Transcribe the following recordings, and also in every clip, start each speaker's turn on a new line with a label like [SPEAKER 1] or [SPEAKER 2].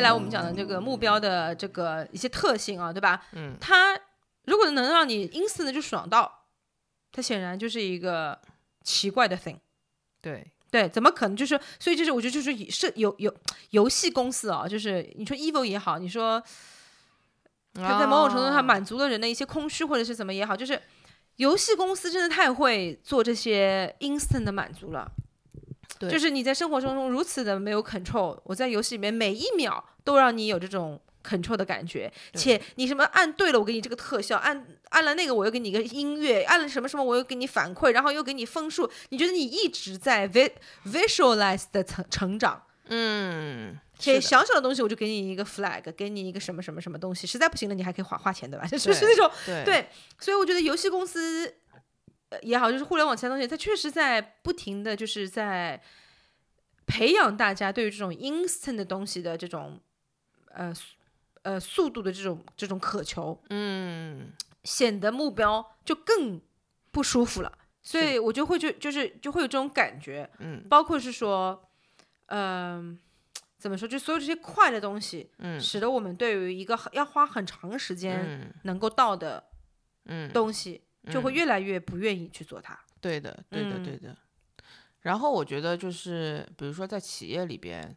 [SPEAKER 1] 来我们讲的这个目标的这个一些特性啊，对吧？嗯，它如果能让你因此呢就爽到，它显然就是一个奇怪的 thing。
[SPEAKER 2] 对，
[SPEAKER 1] 对，怎么可能？就是所以就是我觉得就是以是有有游戏公司啊，就是你说 evil 也好，你说它在某种程度上
[SPEAKER 2] 哦
[SPEAKER 1] 满足了人的一些空虚或者是怎么也好，就是游戏公司真的太会做这些 instant 的满足了。
[SPEAKER 2] 对
[SPEAKER 1] 就是你在生活中如此的没有 control，我在游戏里面每一秒都让你有这种 control 的感觉，
[SPEAKER 2] 对
[SPEAKER 1] 且你什么按对了，我给你这个特效，按按了那个我又给你一个音乐，按了什么什么我又给你反馈，然后又给你分数，你觉得你一直在 vi visualize 的成成长，
[SPEAKER 2] 嗯，
[SPEAKER 1] 且
[SPEAKER 2] 是的
[SPEAKER 1] 小小的东西我就给你一个 flag，给你一个什么什么什么东西，实在不行了你还可以花花钱对吧？就是
[SPEAKER 2] 对
[SPEAKER 1] 那种
[SPEAKER 2] 对
[SPEAKER 1] 对，所以我觉得游戏公司呃也好，就是互联网其他东西，它确实在不停的就是在培养大家对于这种 instant 的东西的这种呃速呃速度的这种这种渴求，
[SPEAKER 2] 嗯，
[SPEAKER 1] 显得目标就更不舒服了。所以我就会就就是就会有这种感觉，
[SPEAKER 2] 嗯，
[SPEAKER 1] 包括是说，嗯、怎么说，就所有这些快的东西，
[SPEAKER 2] 嗯
[SPEAKER 1] 使得我们对于一个很要花很长时间
[SPEAKER 2] 嗯
[SPEAKER 1] 能够到的
[SPEAKER 2] 嗯，
[SPEAKER 1] 东西，就会
[SPEAKER 2] 嗯
[SPEAKER 1] 越来越不愿意去做它。
[SPEAKER 2] 对的，对的，
[SPEAKER 1] 嗯
[SPEAKER 2] 对的。然后我觉得就是，比如说在企业里边，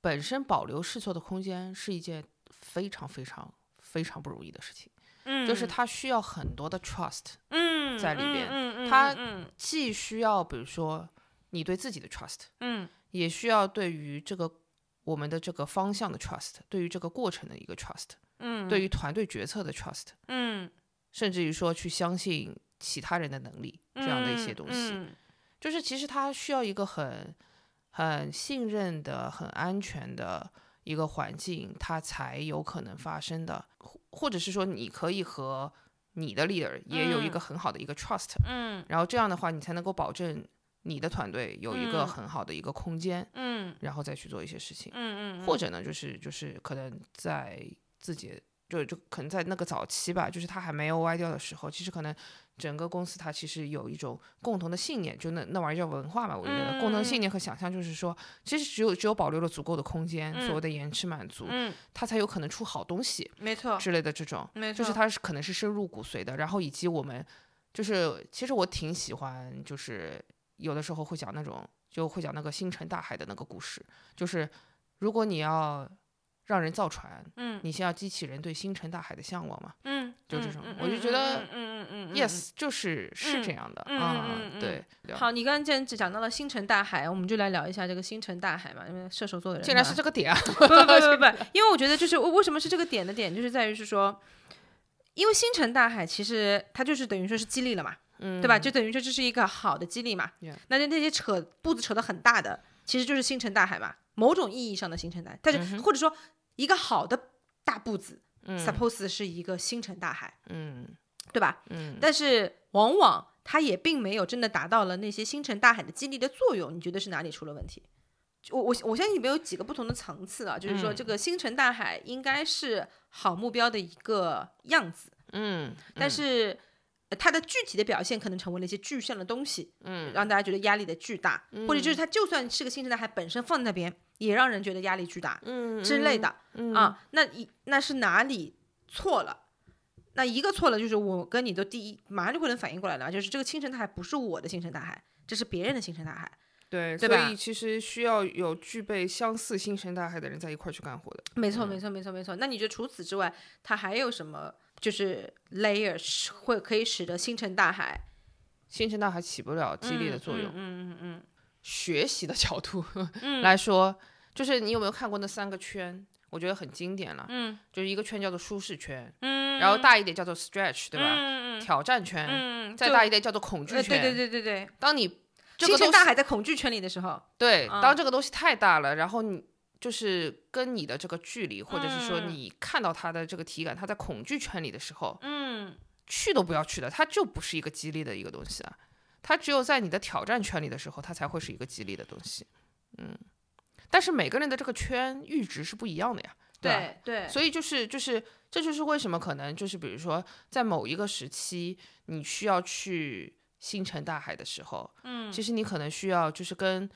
[SPEAKER 2] 本身保留试错的空间是一件非常非常非常不容易的事情，
[SPEAKER 1] 嗯
[SPEAKER 2] 就是它需要很多的 trust，
[SPEAKER 1] 嗯
[SPEAKER 2] 在里边
[SPEAKER 1] 嗯嗯
[SPEAKER 2] 它
[SPEAKER 1] 嗯
[SPEAKER 2] 既需要比如说你对自己的 trust，
[SPEAKER 1] 嗯
[SPEAKER 2] 也需要对于这个我们的这个方向的 trust，对于这个过程的一个 trust，
[SPEAKER 1] 嗯，
[SPEAKER 2] 对于团队决策的 trust，
[SPEAKER 1] 嗯
[SPEAKER 2] 甚至于说去相信其他人的能力这样的一些
[SPEAKER 1] 嗯
[SPEAKER 2] 东西。
[SPEAKER 1] 嗯
[SPEAKER 2] 就是其实它需要一个很很信任的、很安全的一个环境，它才有可能发生的，或或者是说你可以和你的 leader 也有一
[SPEAKER 1] 嗯
[SPEAKER 2] 个很好的一个 trust，、
[SPEAKER 1] 嗯
[SPEAKER 2] 然后这样的话，你才能够保证你的团队有一个
[SPEAKER 1] 嗯
[SPEAKER 2] 很好的一个空间，
[SPEAKER 1] 嗯
[SPEAKER 2] 然后再去做一些事情，
[SPEAKER 1] 嗯嗯，
[SPEAKER 2] 或者呢，就是就是可能在自己。就就可能在那个早期吧，就是它还没有歪掉的时候，其实可能整个公司它其实有一种共同的信念，就那那玩意儿叫文化嘛。我觉得、共同
[SPEAKER 1] 嗯
[SPEAKER 2] 信念和想象就是说，其实只有只有保留了足够的空间，所谓的延迟满足，
[SPEAKER 1] 嗯，哦
[SPEAKER 2] 它才有可能出好东西
[SPEAKER 1] 没错
[SPEAKER 2] 之类的这种，
[SPEAKER 1] 没错，
[SPEAKER 2] 就是它是可能是深入骨髓的。然后以及我们就是，其实我挺喜欢，就是有的时候会讲那种，就会讲那个星辰大海的那个故事，就是如果你要让人造船，
[SPEAKER 1] 嗯
[SPEAKER 2] 你先要激起人对星辰大海的向往嘛。
[SPEAKER 1] 嗯，
[SPEAKER 2] 就
[SPEAKER 1] 嗯
[SPEAKER 2] 这种
[SPEAKER 1] 嗯
[SPEAKER 2] 我就
[SPEAKER 1] 嗯
[SPEAKER 2] 觉得
[SPEAKER 1] 嗯嗯嗯嗯
[SPEAKER 2] Yes，就是是这
[SPEAKER 1] 嗯
[SPEAKER 2] 样的
[SPEAKER 1] 嗯嗯
[SPEAKER 2] 啊
[SPEAKER 1] 嗯嗯，
[SPEAKER 2] 对。
[SPEAKER 1] 嗯好，你刚刚既然只讲到了星辰大海，我们就来聊一下这个星辰大海嘛，因为射手座的人
[SPEAKER 2] 竟然
[SPEAKER 1] 嘛
[SPEAKER 2] 是这个点啊！
[SPEAKER 1] 不不不不不，因为我觉得就是为为什么是这个点的点，就是在于是说，因为星辰大海其实它就是等于说是激励了嘛，
[SPEAKER 2] 嗯
[SPEAKER 1] 对吧？就等于说这是一个好的激励嘛。
[SPEAKER 2] Yeah
[SPEAKER 1] 那就那些扯步子扯得很大的，其实就是星辰大海嘛，某种意义上的星辰大海，但
[SPEAKER 2] 嗯
[SPEAKER 1] 是、或者说一个好的大步子、s u p p o s e 是一个星辰大海，
[SPEAKER 2] 嗯
[SPEAKER 1] 对吧？
[SPEAKER 2] 嗯，
[SPEAKER 1] 但是往往它也并没有真的达到了那些星辰大海的激励的作用，你觉得是哪里出了问题？我我我相信里面有几个不同的层次啊，就是
[SPEAKER 2] 嗯
[SPEAKER 1] 说这个星辰大海应该是好目标的一个样子，
[SPEAKER 2] 嗯，
[SPEAKER 1] 但是呃它的具体的表现可能成为了一些具象的东西，嗯，让大家觉得压力的巨大，或者就是
[SPEAKER 2] 嗯
[SPEAKER 1] 它就算是个星辰大海本身放在那边，也让人觉得压力巨大，嗯之类的，啊，那一那是哪里错了？那一个错了就是我跟你都第一马上就会能反应过来了，就是这个星辰大海不是我的星辰大海，这是别人的星辰大海，
[SPEAKER 2] 对，
[SPEAKER 1] 对
[SPEAKER 2] 所
[SPEAKER 1] 吧
[SPEAKER 2] 以其实需要有具备相似星辰大海的人在一块儿去干活的。
[SPEAKER 1] 没错，没错，没错，没错。那你觉得除此之外，它还有什么就是 layer 是会可以使得星辰大海
[SPEAKER 2] 星辰大海起不了激励的作用。
[SPEAKER 1] 嗯嗯嗯
[SPEAKER 2] 学习的角度来说，就是你有没有看过那三个圈？我觉得很经典了。
[SPEAKER 1] 嗯，
[SPEAKER 2] 就是一个圈叫做舒适圈，
[SPEAKER 1] 嗯，
[SPEAKER 2] 然后大一点叫做 stretch，对吧？
[SPEAKER 1] 嗯嗯
[SPEAKER 2] 挑战圈，
[SPEAKER 1] 嗯，
[SPEAKER 2] 再
[SPEAKER 1] 就
[SPEAKER 2] 大一点叫做恐
[SPEAKER 1] 呃
[SPEAKER 2] 惧
[SPEAKER 1] 对
[SPEAKER 2] 圈。
[SPEAKER 1] 对对对对，
[SPEAKER 2] 当你这
[SPEAKER 1] 星
[SPEAKER 2] 个
[SPEAKER 1] 辰
[SPEAKER 2] 东
[SPEAKER 1] 大
[SPEAKER 2] 西
[SPEAKER 1] 海在恐惧圈里的时候，
[SPEAKER 2] 对，
[SPEAKER 1] 嗯
[SPEAKER 2] 当这个东西太大了，然后你就是跟你的这个距离，或者是说
[SPEAKER 1] 嗯
[SPEAKER 2] 你看到它的这个体感，它在恐惧圈里的时候，
[SPEAKER 1] 嗯
[SPEAKER 2] 去都不要去的，它就不是一个激励的一个东西啊。它只有在你的挑战圈里的时候，它才会是一个激励的东西。嗯，但是每个人的这个圈阈值是不一样的呀，吧？
[SPEAKER 1] 对对，
[SPEAKER 2] 所以就是就是这就是为什么可能就是比如说在某一个时期，你需要去星辰大海的时候，嗯，其实你可能需要就是跟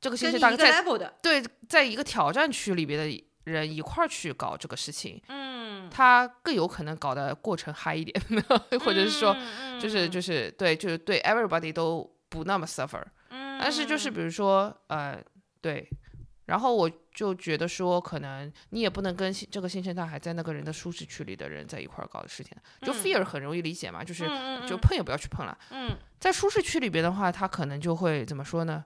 [SPEAKER 2] 这个
[SPEAKER 1] 嗯跟
[SPEAKER 2] 信
[SPEAKER 1] 你
[SPEAKER 2] 息
[SPEAKER 1] 一
[SPEAKER 2] 大
[SPEAKER 1] 个
[SPEAKER 2] 概在
[SPEAKER 1] level 的，
[SPEAKER 2] 对，在一个挑战区里边的人一块儿去搞这个事情，
[SPEAKER 1] 嗯，
[SPEAKER 2] 他更有可能搞得过程嗨一点， 或者是说，
[SPEAKER 1] 嗯
[SPEAKER 2] 就是就是对，就是对 everybody 都不那么 suffer。
[SPEAKER 1] 嗯，
[SPEAKER 2] 但是就是比如说呃，对，然后我就觉得说，可能你也不能跟新这个新生代还在那个人的舒适区里的人在一块儿搞的事情，
[SPEAKER 1] 嗯
[SPEAKER 2] 就 fear 很容易理解嘛，就是
[SPEAKER 1] 嗯
[SPEAKER 2] 就碰也不要去碰了。
[SPEAKER 1] 嗯
[SPEAKER 2] 在舒适区里边的话，他可能就会怎么说呢？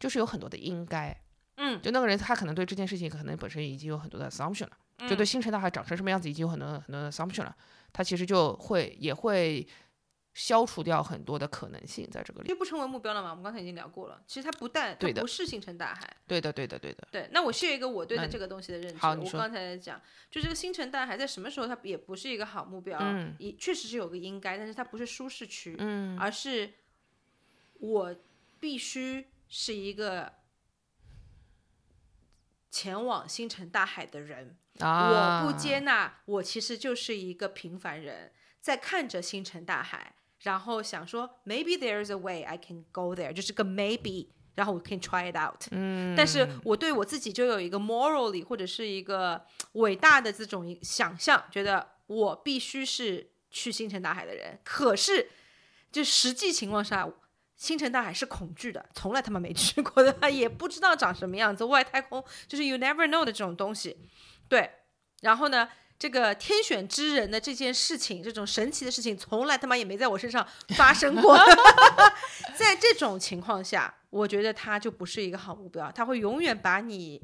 [SPEAKER 2] 就是有很多的应该，
[SPEAKER 1] 嗯，
[SPEAKER 2] 就那个人他可能对这件事情可能本身已经有很多的 assumption 了，
[SPEAKER 1] 嗯
[SPEAKER 2] 就对新陈代谢长成什么样子已经有很多很多的 assumption 了，他其实就会也会消除掉很多的可能性在这个里。
[SPEAKER 1] 就不成为目标了嘛。我们刚才已经聊过了，其实它不但它
[SPEAKER 2] 对的
[SPEAKER 1] 不是星辰大海。
[SPEAKER 2] 对的，对的，对的，
[SPEAKER 1] 对，那我 share 一个我对
[SPEAKER 2] 那
[SPEAKER 1] 的
[SPEAKER 2] 你
[SPEAKER 1] 这个东西的认知。
[SPEAKER 2] 好你
[SPEAKER 1] 我
[SPEAKER 2] 说
[SPEAKER 1] 刚才在讲，就这个星辰大海在什么时候它也不是一个好目标，
[SPEAKER 2] 嗯
[SPEAKER 1] 也确实是有个应该，但是它不是舒适区，
[SPEAKER 2] 嗯
[SPEAKER 1] 而是我必须是一个前往星辰大海的人。
[SPEAKER 2] 啊，
[SPEAKER 1] 我不接纳，我其实就是一个平凡人，在看着星辰大海，然后想说 maybe there's a way I can go there，就是个 maybe，然后我 can try it out。嗯，但是我对我自己就有一个 morally 或者是一个伟大的这种想象，觉得我必须是去星辰大海的人。可是，就实际情况下。星辰大海是恐惧的，从来他妈没去过的，也不知道长什么样子。外太空就是 you never know 的这种东西，对。然后呢，这个天选之人的这件事情，这种神奇的事情，从来他妈也没在我身上发生过。 在这种情况下，我觉得他就不是一个好目标，他会永远把你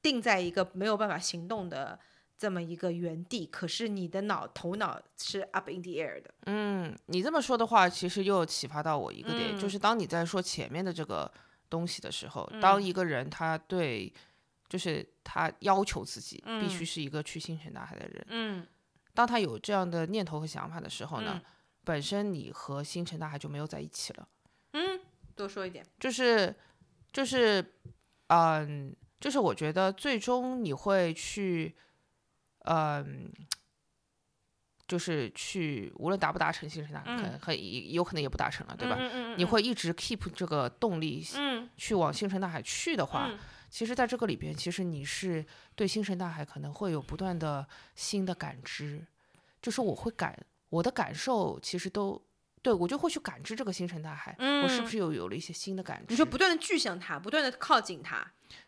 [SPEAKER 1] 定在一个没有办法行动的这么一个原地。可是你的脑头脑是 up in the air 的，
[SPEAKER 2] 嗯，你这么说的话，其实又启发到我一个点，就
[SPEAKER 1] 嗯
[SPEAKER 2] 是当你在说前面的这个东西的时候，
[SPEAKER 1] 嗯
[SPEAKER 2] 当一个人他对，就是他要求自己必须是一个去星辰大海的人，
[SPEAKER 1] 嗯
[SPEAKER 2] 当他有这样的念头和想法的时候呢，
[SPEAKER 1] 嗯
[SPEAKER 2] 本身你和星辰大海就没有在一起了，
[SPEAKER 1] 嗯，多说一点，
[SPEAKER 2] 就是就是嗯，就是我觉得最终你会去嗯。就是去，无论达不达成星辰大海，
[SPEAKER 1] 嗯
[SPEAKER 2] 很很有可能也不达成了，对吧？
[SPEAKER 1] 嗯嗯嗯
[SPEAKER 2] 你会一直 keep 这个动力
[SPEAKER 1] 嗯
[SPEAKER 2] 去往星辰大海去的话，
[SPEAKER 1] 嗯
[SPEAKER 2] 其实在这个里边，其实你是对星辰大海可能会有不断的新的感知，就是我会感我的感受其实都对我就会去感知这个星辰大海，我是不
[SPEAKER 1] 嗯
[SPEAKER 2] 是又有了一些新的感知？
[SPEAKER 1] 你说不断的聚向它，不断的靠近它，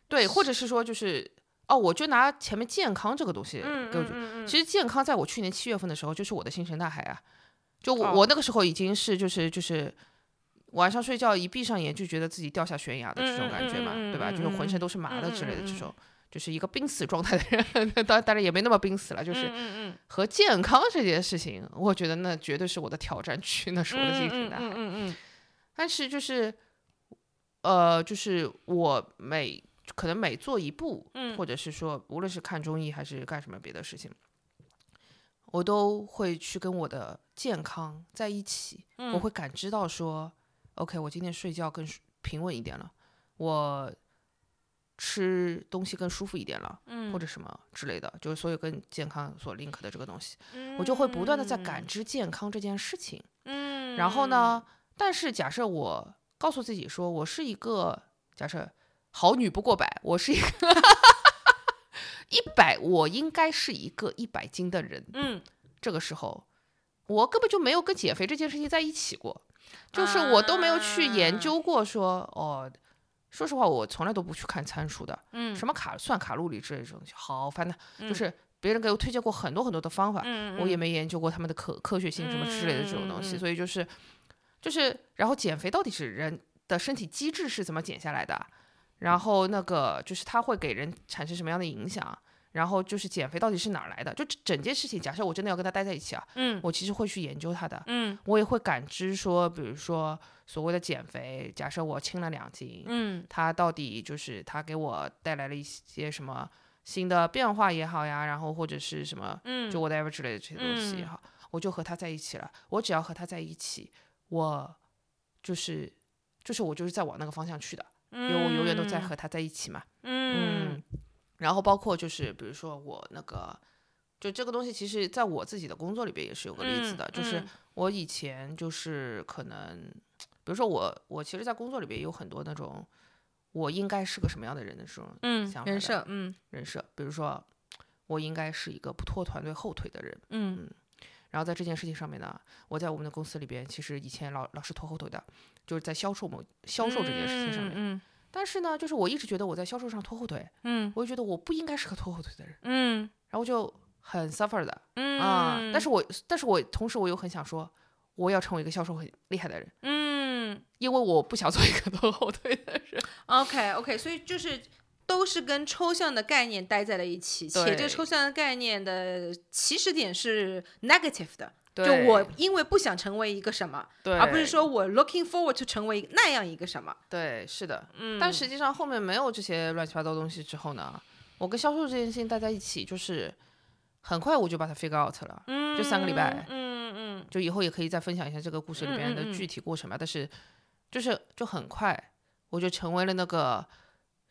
[SPEAKER 2] 对，或者是说就是哦，我就拿前面健康这个东西
[SPEAKER 1] 嗯
[SPEAKER 2] 给我举
[SPEAKER 1] 嗯嗯
[SPEAKER 2] 其实健康在我去年七月份的时候，就是我的星辰大海啊，就我、
[SPEAKER 1] 哦
[SPEAKER 2] 我那个时候已经是就是就是晚上睡觉一闭上眼就觉得自己掉下悬崖的这种
[SPEAKER 1] 嗯嗯
[SPEAKER 2] 感觉嘛，
[SPEAKER 1] 嗯嗯
[SPEAKER 2] 对吧？
[SPEAKER 1] 嗯
[SPEAKER 2] 就是浑身
[SPEAKER 1] 嗯
[SPEAKER 2] 都是麻的之类的
[SPEAKER 1] 嗯嗯
[SPEAKER 2] 这
[SPEAKER 1] 嗯
[SPEAKER 2] 种，就是一个濒死状态的人，当当然也没那么濒死了，就
[SPEAKER 1] 嗯，
[SPEAKER 2] 是
[SPEAKER 1] 嗯嗯
[SPEAKER 2] 和健康这件事情，我觉得那绝对是我的挑战区，那是我的
[SPEAKER 1] 嗯嗯
[SPEAKER 2] 星辰大海。
[SPEAKER 1] 嗯嗯嗯
[SPEAKER 2] 但是就是，呃，就是我每可能每做一步，
[SPEAKER 1] 嗯
[SPEAKER 2] 或者是说，无论是看中医还是干什么别的事情，我都会去跟我的健康在一起，
[SPEAKER 1] 嗯
[SPEAKER 2] 我会感知到说，OK，我今天睡觉更舒平稳一点了，我吃东西更舒服一点了，
[SPEAKER 1] 嗯
[SPEAKER 2] 或者什么之类的，就是所有跟健康所 link 的这个东西，我就会不断的在感知健康这件事情。
[SPEAKER 1] 嗯，
[SPEAKER 2] 然后呢，但是假设我告诉自己说，我是一个假设好女不过百，我是一个 一百，我应该是一个一百斤的人。
[SPEAKER 1] 嗯，
[SPEAKER 2] 这个时候，我根本就没有跟减肥这件事情在一起过，就是我都没有去
[SPEAKER 1] 啊
[SPEAKER 2] 研究过说，哦，说实话，我从来都不去看参数的，
[SPEAKER 1] 嗯，
[SPEAKER 2] 什么卡算卡路里之类的东西，好烦呐。就
[SPEAKER 1] 嗯
[SPEAKER 2] 是别人给我推荐过很多很多的方法，
[SPEAKER 1] 嗯，
[SPEAKER 2] 我也没研究过他们的科科学性什么之类的这种东
[SPEAKER 1] 嗯嗯嗯
[SPEAKER 2] 西，
[SPEAKER 1] 嗯
[SPEAKER 2] 所以就是就是，然后减肥到底是人的身体机制是怎么减下来的，然后那个就是它会给人产生什么样的影响，然后就是减肥到底是哪儿来的，就整整件事情，假设我真的要跟他待在一起啊，
[SPEAKER 1] 嗯
[SPEAKER 2] 我其实会去研究它的，
[SPEAKER 1] 嗯
[SPEAKER 2] 我也会感知说，比如说所谓的减肥，假设我轻了两斤，
[SPEAKER 1] 嗯
[SPEAKER 2] 它到底就是它给我带来了一些什么新的变化也好呀，然后或者是什么。
[SPEAKER 1] 嗯，
[SPEAKER 2] 就 whatever 之类的这些东西也
[SPEAKER 1] 嗯
[SPEAKER 2] 好，我就和他在一起了。我只要和他在一起，我就是就是我就是在往那个方向去的，因
[SPEAKER 1] 因
[SPEAKER 2] 为我永远都在和他在一起嘛。
[SPEAKER 1] 嗯
[SPEAKER 2] 然后包括就是比如说我那个，就这个东西，其实在我自己的工作里边也是有个例子
[SPEAKER 1] 嗯
[SPEAKER 2] 的，就是我以前就是可能，比如说我我其实，在工作里边有很多那种。我应该是个什么样的人的这种
[SPEAKER 1] 嗯
[SPEAKER 2] 想，法
[SPEAKER 1] 人
[SPEAKER 2] 的
[SPEAKER 1] 设，嗯
[SPEAKER 2] 人设，比如说我应该是一个不拖团队后腿的人。
[SPEAKER 1] 嗯
[SPEAKER 2] 然后在这件事情上面呢，我在我们的公司里边，其实以前老老是拖后腿的，就是在销售某销售这件事情上面。
[SPEAKER 1] 嗯
[SPEAKER 2] 但是呢，就是我一直觉得我在销售上拖后腿，
[SPEAKER 1] 嗯
[SPEAKER 2] 我就觉得我不应该是个拖后腿的人，
[SPEAKER 1] 嗯
[SPEAKER 2] 然后就很 suffer 的
[SPEAKER 1] 嗯
[SPEAKER 2] 啊、
[SPEAKER 1] 是
[SPEAKER 2] 但是我，但是我同时我又很想说，我要成为一个销售很厉害的人，
[SPEAKER 1] 嗯
[SPEAKER 2] 因为我不想做一个拖后腿 的人。
[SPEAKER 1] ，OK OK，所以就是。都是跟抽象的概念待在了一起，且这
[SPEAKER 2] 对
[SPEAKER 1] 个抽象的概念的起始点是 negative 的，
[SPEAKER 2] 对
[SPEAKER 1] 就我因为不想成为一个什么，
[SPEAKER 2] 对，
[SPEAKER 1] 而不是说我 looking forward to 成为那样一个什么。
[SPEAKER 2] 对，是的。
[SPEAKER 1] 嗯，
[SPEAKER 2] 但实际上后面没有这些乱七八糟东西之后呢，我跟销售这件事情待在一起，就是很快我就把它 figure out 了。
[SPEAKER 1] 嗯，
[SPEAKER 2] 就三个礼拜
[SPEAKER 1] 嗯嗯
[SPEAKER 2] 就以后也可以再分享一下这个故事里
[SPEAKER 1] 嗯
[SPEAKER 2] 边
[SPEAKER 1] 嗯嗯
[SPEAKER 2] 的具体过程吧。但是就是就很快我就成为了那个，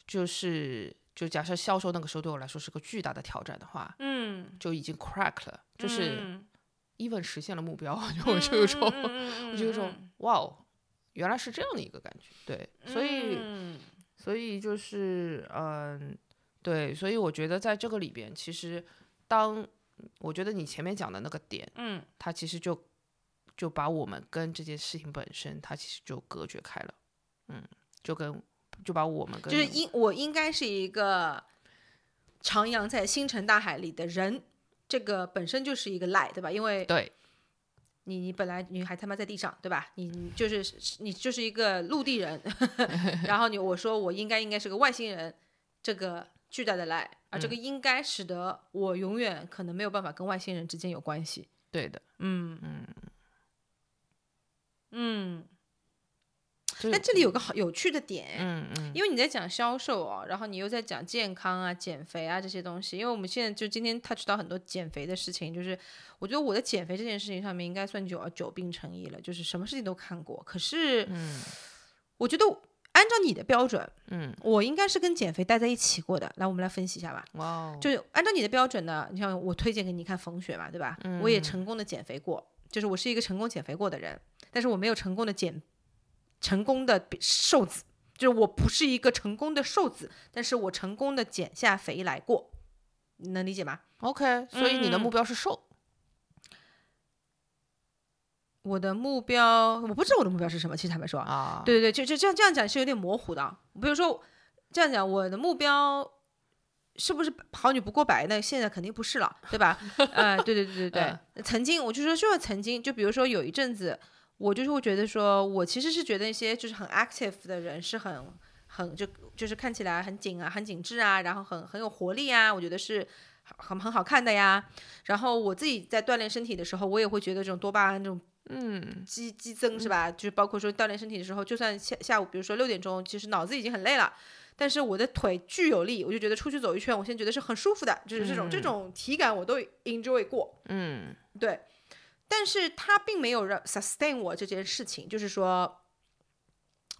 [SPEAKER 2] 就是就假设销售那个时候对我来说是个巨大的挑战的话，
[SPEAKER 1] 嗯，
[SPEAKER 2] 就已经 crack 了，就是 even 实现了目标， 就我
[SPEAKER 1] 我
[SPEAKER 2] 就有种，
[SPEAKER 1] 嗯
[SPEAKER 2] 我
[SPEAKER 1] 我
[SPEAKER 2] 就有种哇哦，原来是这样的一个感觉。对，所以。
[SPEAKER 1] 嗯
[SPEAKER 2] 所以就是嗯，对，所以我觉得在这个里边，其实当我觉得你前面讲的那个点，
[SPEAKER 1] 嗯
[SPEAKER 2] 它其实就就把我们跟这件事情本身，它其实就隔绝开了，嗯，就跟就把我们跟
[SPEAKER 1] 就是应我应该是一个徜徉在星辰大海里的人，这个本身就是一个 lie，对吧？因为
[SPEAKER 2] 对
[SPEAKER 1] 你你本来你还他妈在地上，对吧？你你就是你就是一个陆地人， 然后你我说我应该应该是个外星人，这个巨大的 lie，而这个应该使得我永远可能没有办法跟外星人之间有关系。
[SPEAKER 2] 对的，
[SPEAKER 1] 嗯
[SPEAKER 2] 嗯，
[SPEAKER 1] 嗯，
[SPEAKER 2] 就
[SPEAKER 1] 那
[SPEAKER 2] 是
[SPEAKER 1] 这里有个好有趣的点，
[SPEAKER 2] 嗯嗯
[SPEAKER 1] 因为你在讲销售哦，然后你又在讲健康啊、减肥啊这些东西。因为我们现在就今天 touch 到很多减肥的事情，就是我觉得我的减肥这件事情上面应该算久久病成医了，就是什么事情都看过。可是
[SPEAKER 2] 嗯
[SPEAKER 1] 我觉得按照你的标准，
[SPEAKER 2] 嗯，
[SPEAKER 1] 我应该是跟减肥待在一起过的。来，我们来分析一下吧。
[SPEAKER 2] 哇哦，
[SPEAKER 1] 就是按照你的标准呢，你像我推荐给你看冯雪嘛，对吧？我也成功的减肥过，就是我是一个成功减肥过的人，但是我没有成功的减成功的瘦子，就是我不是一个成功的瘦子，但是我成功的减下肥来过，你能理解吗？
[SPEAKER 2] OK，所以你的
[SPEAKER 1] 嗯
[SPEAKER 2] 目标是瘦，
[SPEAKER 1] 我的目标，我不知道我的目标是什么，其实坦白说，
[SPEAKER 2] 啊，
[SPEAKER 1] 对对对，就就这样这样讲是有点模糊的啊。比如说这样讲，我的目标是不是好女不过百？那现在肯定不是了，对吧？呃，对对对对对，曾经我就说就是曾经，就比如说有一阵子，我就是会觉得说我其实是觉得那些就是很 active 的人是很很就就是看起来很紧啊、很紧致啊，然后很很有活力啊，我觉得是。很很好看的呀，然后我自己在锻炼身体的时候，我也会觉得这种多巴胺这种
[SPEAKER 2] 嗯
[SPEAKER 1] 激激增是吧？就是包括说锻炼身体的时候，就算下下午，比如说六点钟，其实脑子已经很累了，但是我的腿巨有力，我就觉得出去走一圈，我现在觉得是很舒服的，就是这种、这
[SPEAKER 2] 嗯
[SPEAKER 1] 种体感我都 enjoy 过，
[SPEAKER 2] 嗯
[SPEAKER 1] 对。但是它并没有让 sustain 我这件事情，就是说，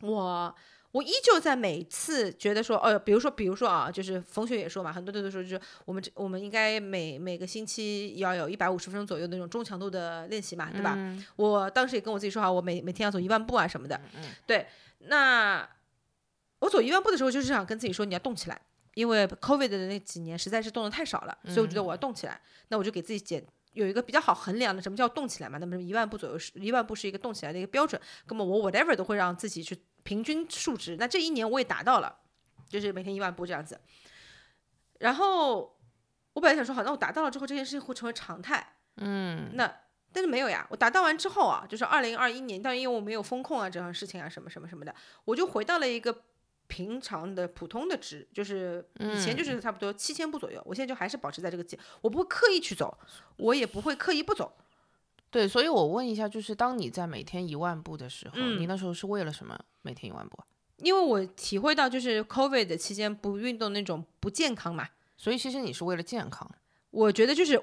[SPEAKER 1] 我我依旧在每次觉得说，呃，比如说，比如说啊，就是冯雪也说嘛，很多人都说，就是我们这我们应该每每个星期要有一百五十分钟左右的那种中强度的练习嘛，对吧？
[SPEAKER 2] 嗯
[SPEAKER 1] 我当时也跟我自己说好，我每每天要走一万步啊什么的。
[SPEAKER 2] 嗯
[SPEAKER 1] 那我走一万步的时候，就是想跟自己说你要动起来，因为 COVID 的那几年实在是动的太少了，所以我觉得我要动起来。那我就给自己减有一个比较好衡量的什么叫动起来嘛？那么一万步左右是一万步是一个动起来的一个标准。那么我 whatever 都会让自己去平均数值。那这一年我也达到了，就是每天一万步这样子。然后我本来想说好，那我达到了之后，这件事情会成为常态。
[SPEAKER 2] 嗯
[SPEAKER 1] 那但是没有呀，我达到完之后啊，就是二零二一年，但因为我没有风控啊，这样的事情啊，什么什么什么的，我就回到了一个平常的普通的值，就是以前就是差不多七千步左右，我现在就还是保持在这个阶，我不会刻意去走，我也不会刻意不走。
[SPEAKER 2] 对，所以我问一下，就是当你在每天一万步的时候，你
[SPEAKER 1] 嗯
[SPEAKER 2] 那时候是为了什么？每天一万步啊，
[SPEAKER 1] 因为我体会到，就是 COVID 的期间不运动那种不健康嘛，
[SPEAKER 2] 所以其实你是为了健康。
[SPEAKER 1] 我觉得就是，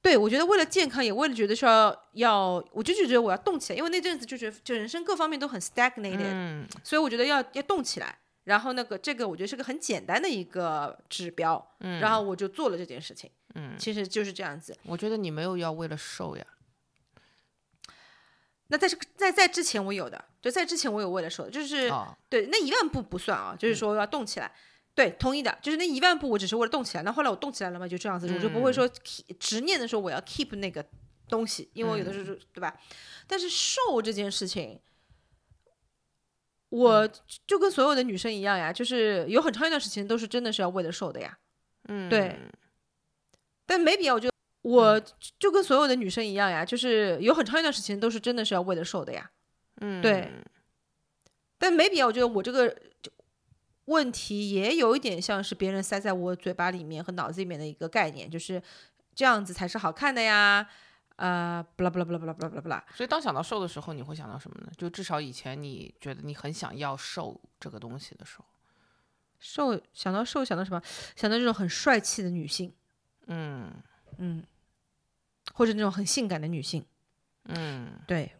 [SPEAKER 1] 对我觉得为了健康，也为了觉得说要要，我就就觉得我要动起来，因为那阵子就觉得就人生各方面都很 stagnated，、
[SPEAKER 2] 嗯
[SPEAKER 1] 所以我觉得要要动起来。然后那个这个我觉得是个很简单的一个指标，
[SPEAKER 2] 嗯，
[SPEAKER 1] 然后我就做了这件事情，
[SPEAKER 2] 嗯，
[SPEAKER 1] 其实就是这样子。
[SPEAKER 2] 我觉得你没有要为了瘦呀，
[SPEAKER 1] 那在这个在在之前我有的，就在之前我有为了说的，就是、
[SPEAKER 2] 啊，
[SPEAKER 1] 对那一万步不算啊，就是说要动起来。对，同意的，就是那一万步我只是为了动起来，那后来我动起来了嘛，就这样子，我就不会说 keep, 执念的说我要 keep 那个东西，因为我有的时候就、对吧？但是瘦这件事情。我就跟所有的女生一样呀，就是有很长一段时间都是真的是要为了瘦的呀，
[SPEAKER 2] 嗯，
[SPEAKER 1] 对，但没必要。我就我就跟所有的女生一样呀，就是有很长一段时间都是真的是要为了瘦的呀，
[SPEAKER 2] 嗯，
[SPEAKER 1] 对，但没必要。我觉得我这个就问题也有一点像是别人塞在我嘴巴里面和脑子里面的一个概念，就是这样子才是好看的呀，呃，不啦不啦不啦不啦不啦不啦不啦。
[SPEAKER 2] 所以当想到瘦的时候，你会想到什么呢？就至少以前你觉得你很想要瘦这个东西的时候，
[SPEAKER 1] 瘦想到瘦想到什么？想到这种很帅气的女性，
[SPEAKER 2] 嗯
[SPEAKER 1] 嗯，或者那种很性感的女性，
[SPEAKER 2] 嗯
[SPEAKER 1] 对，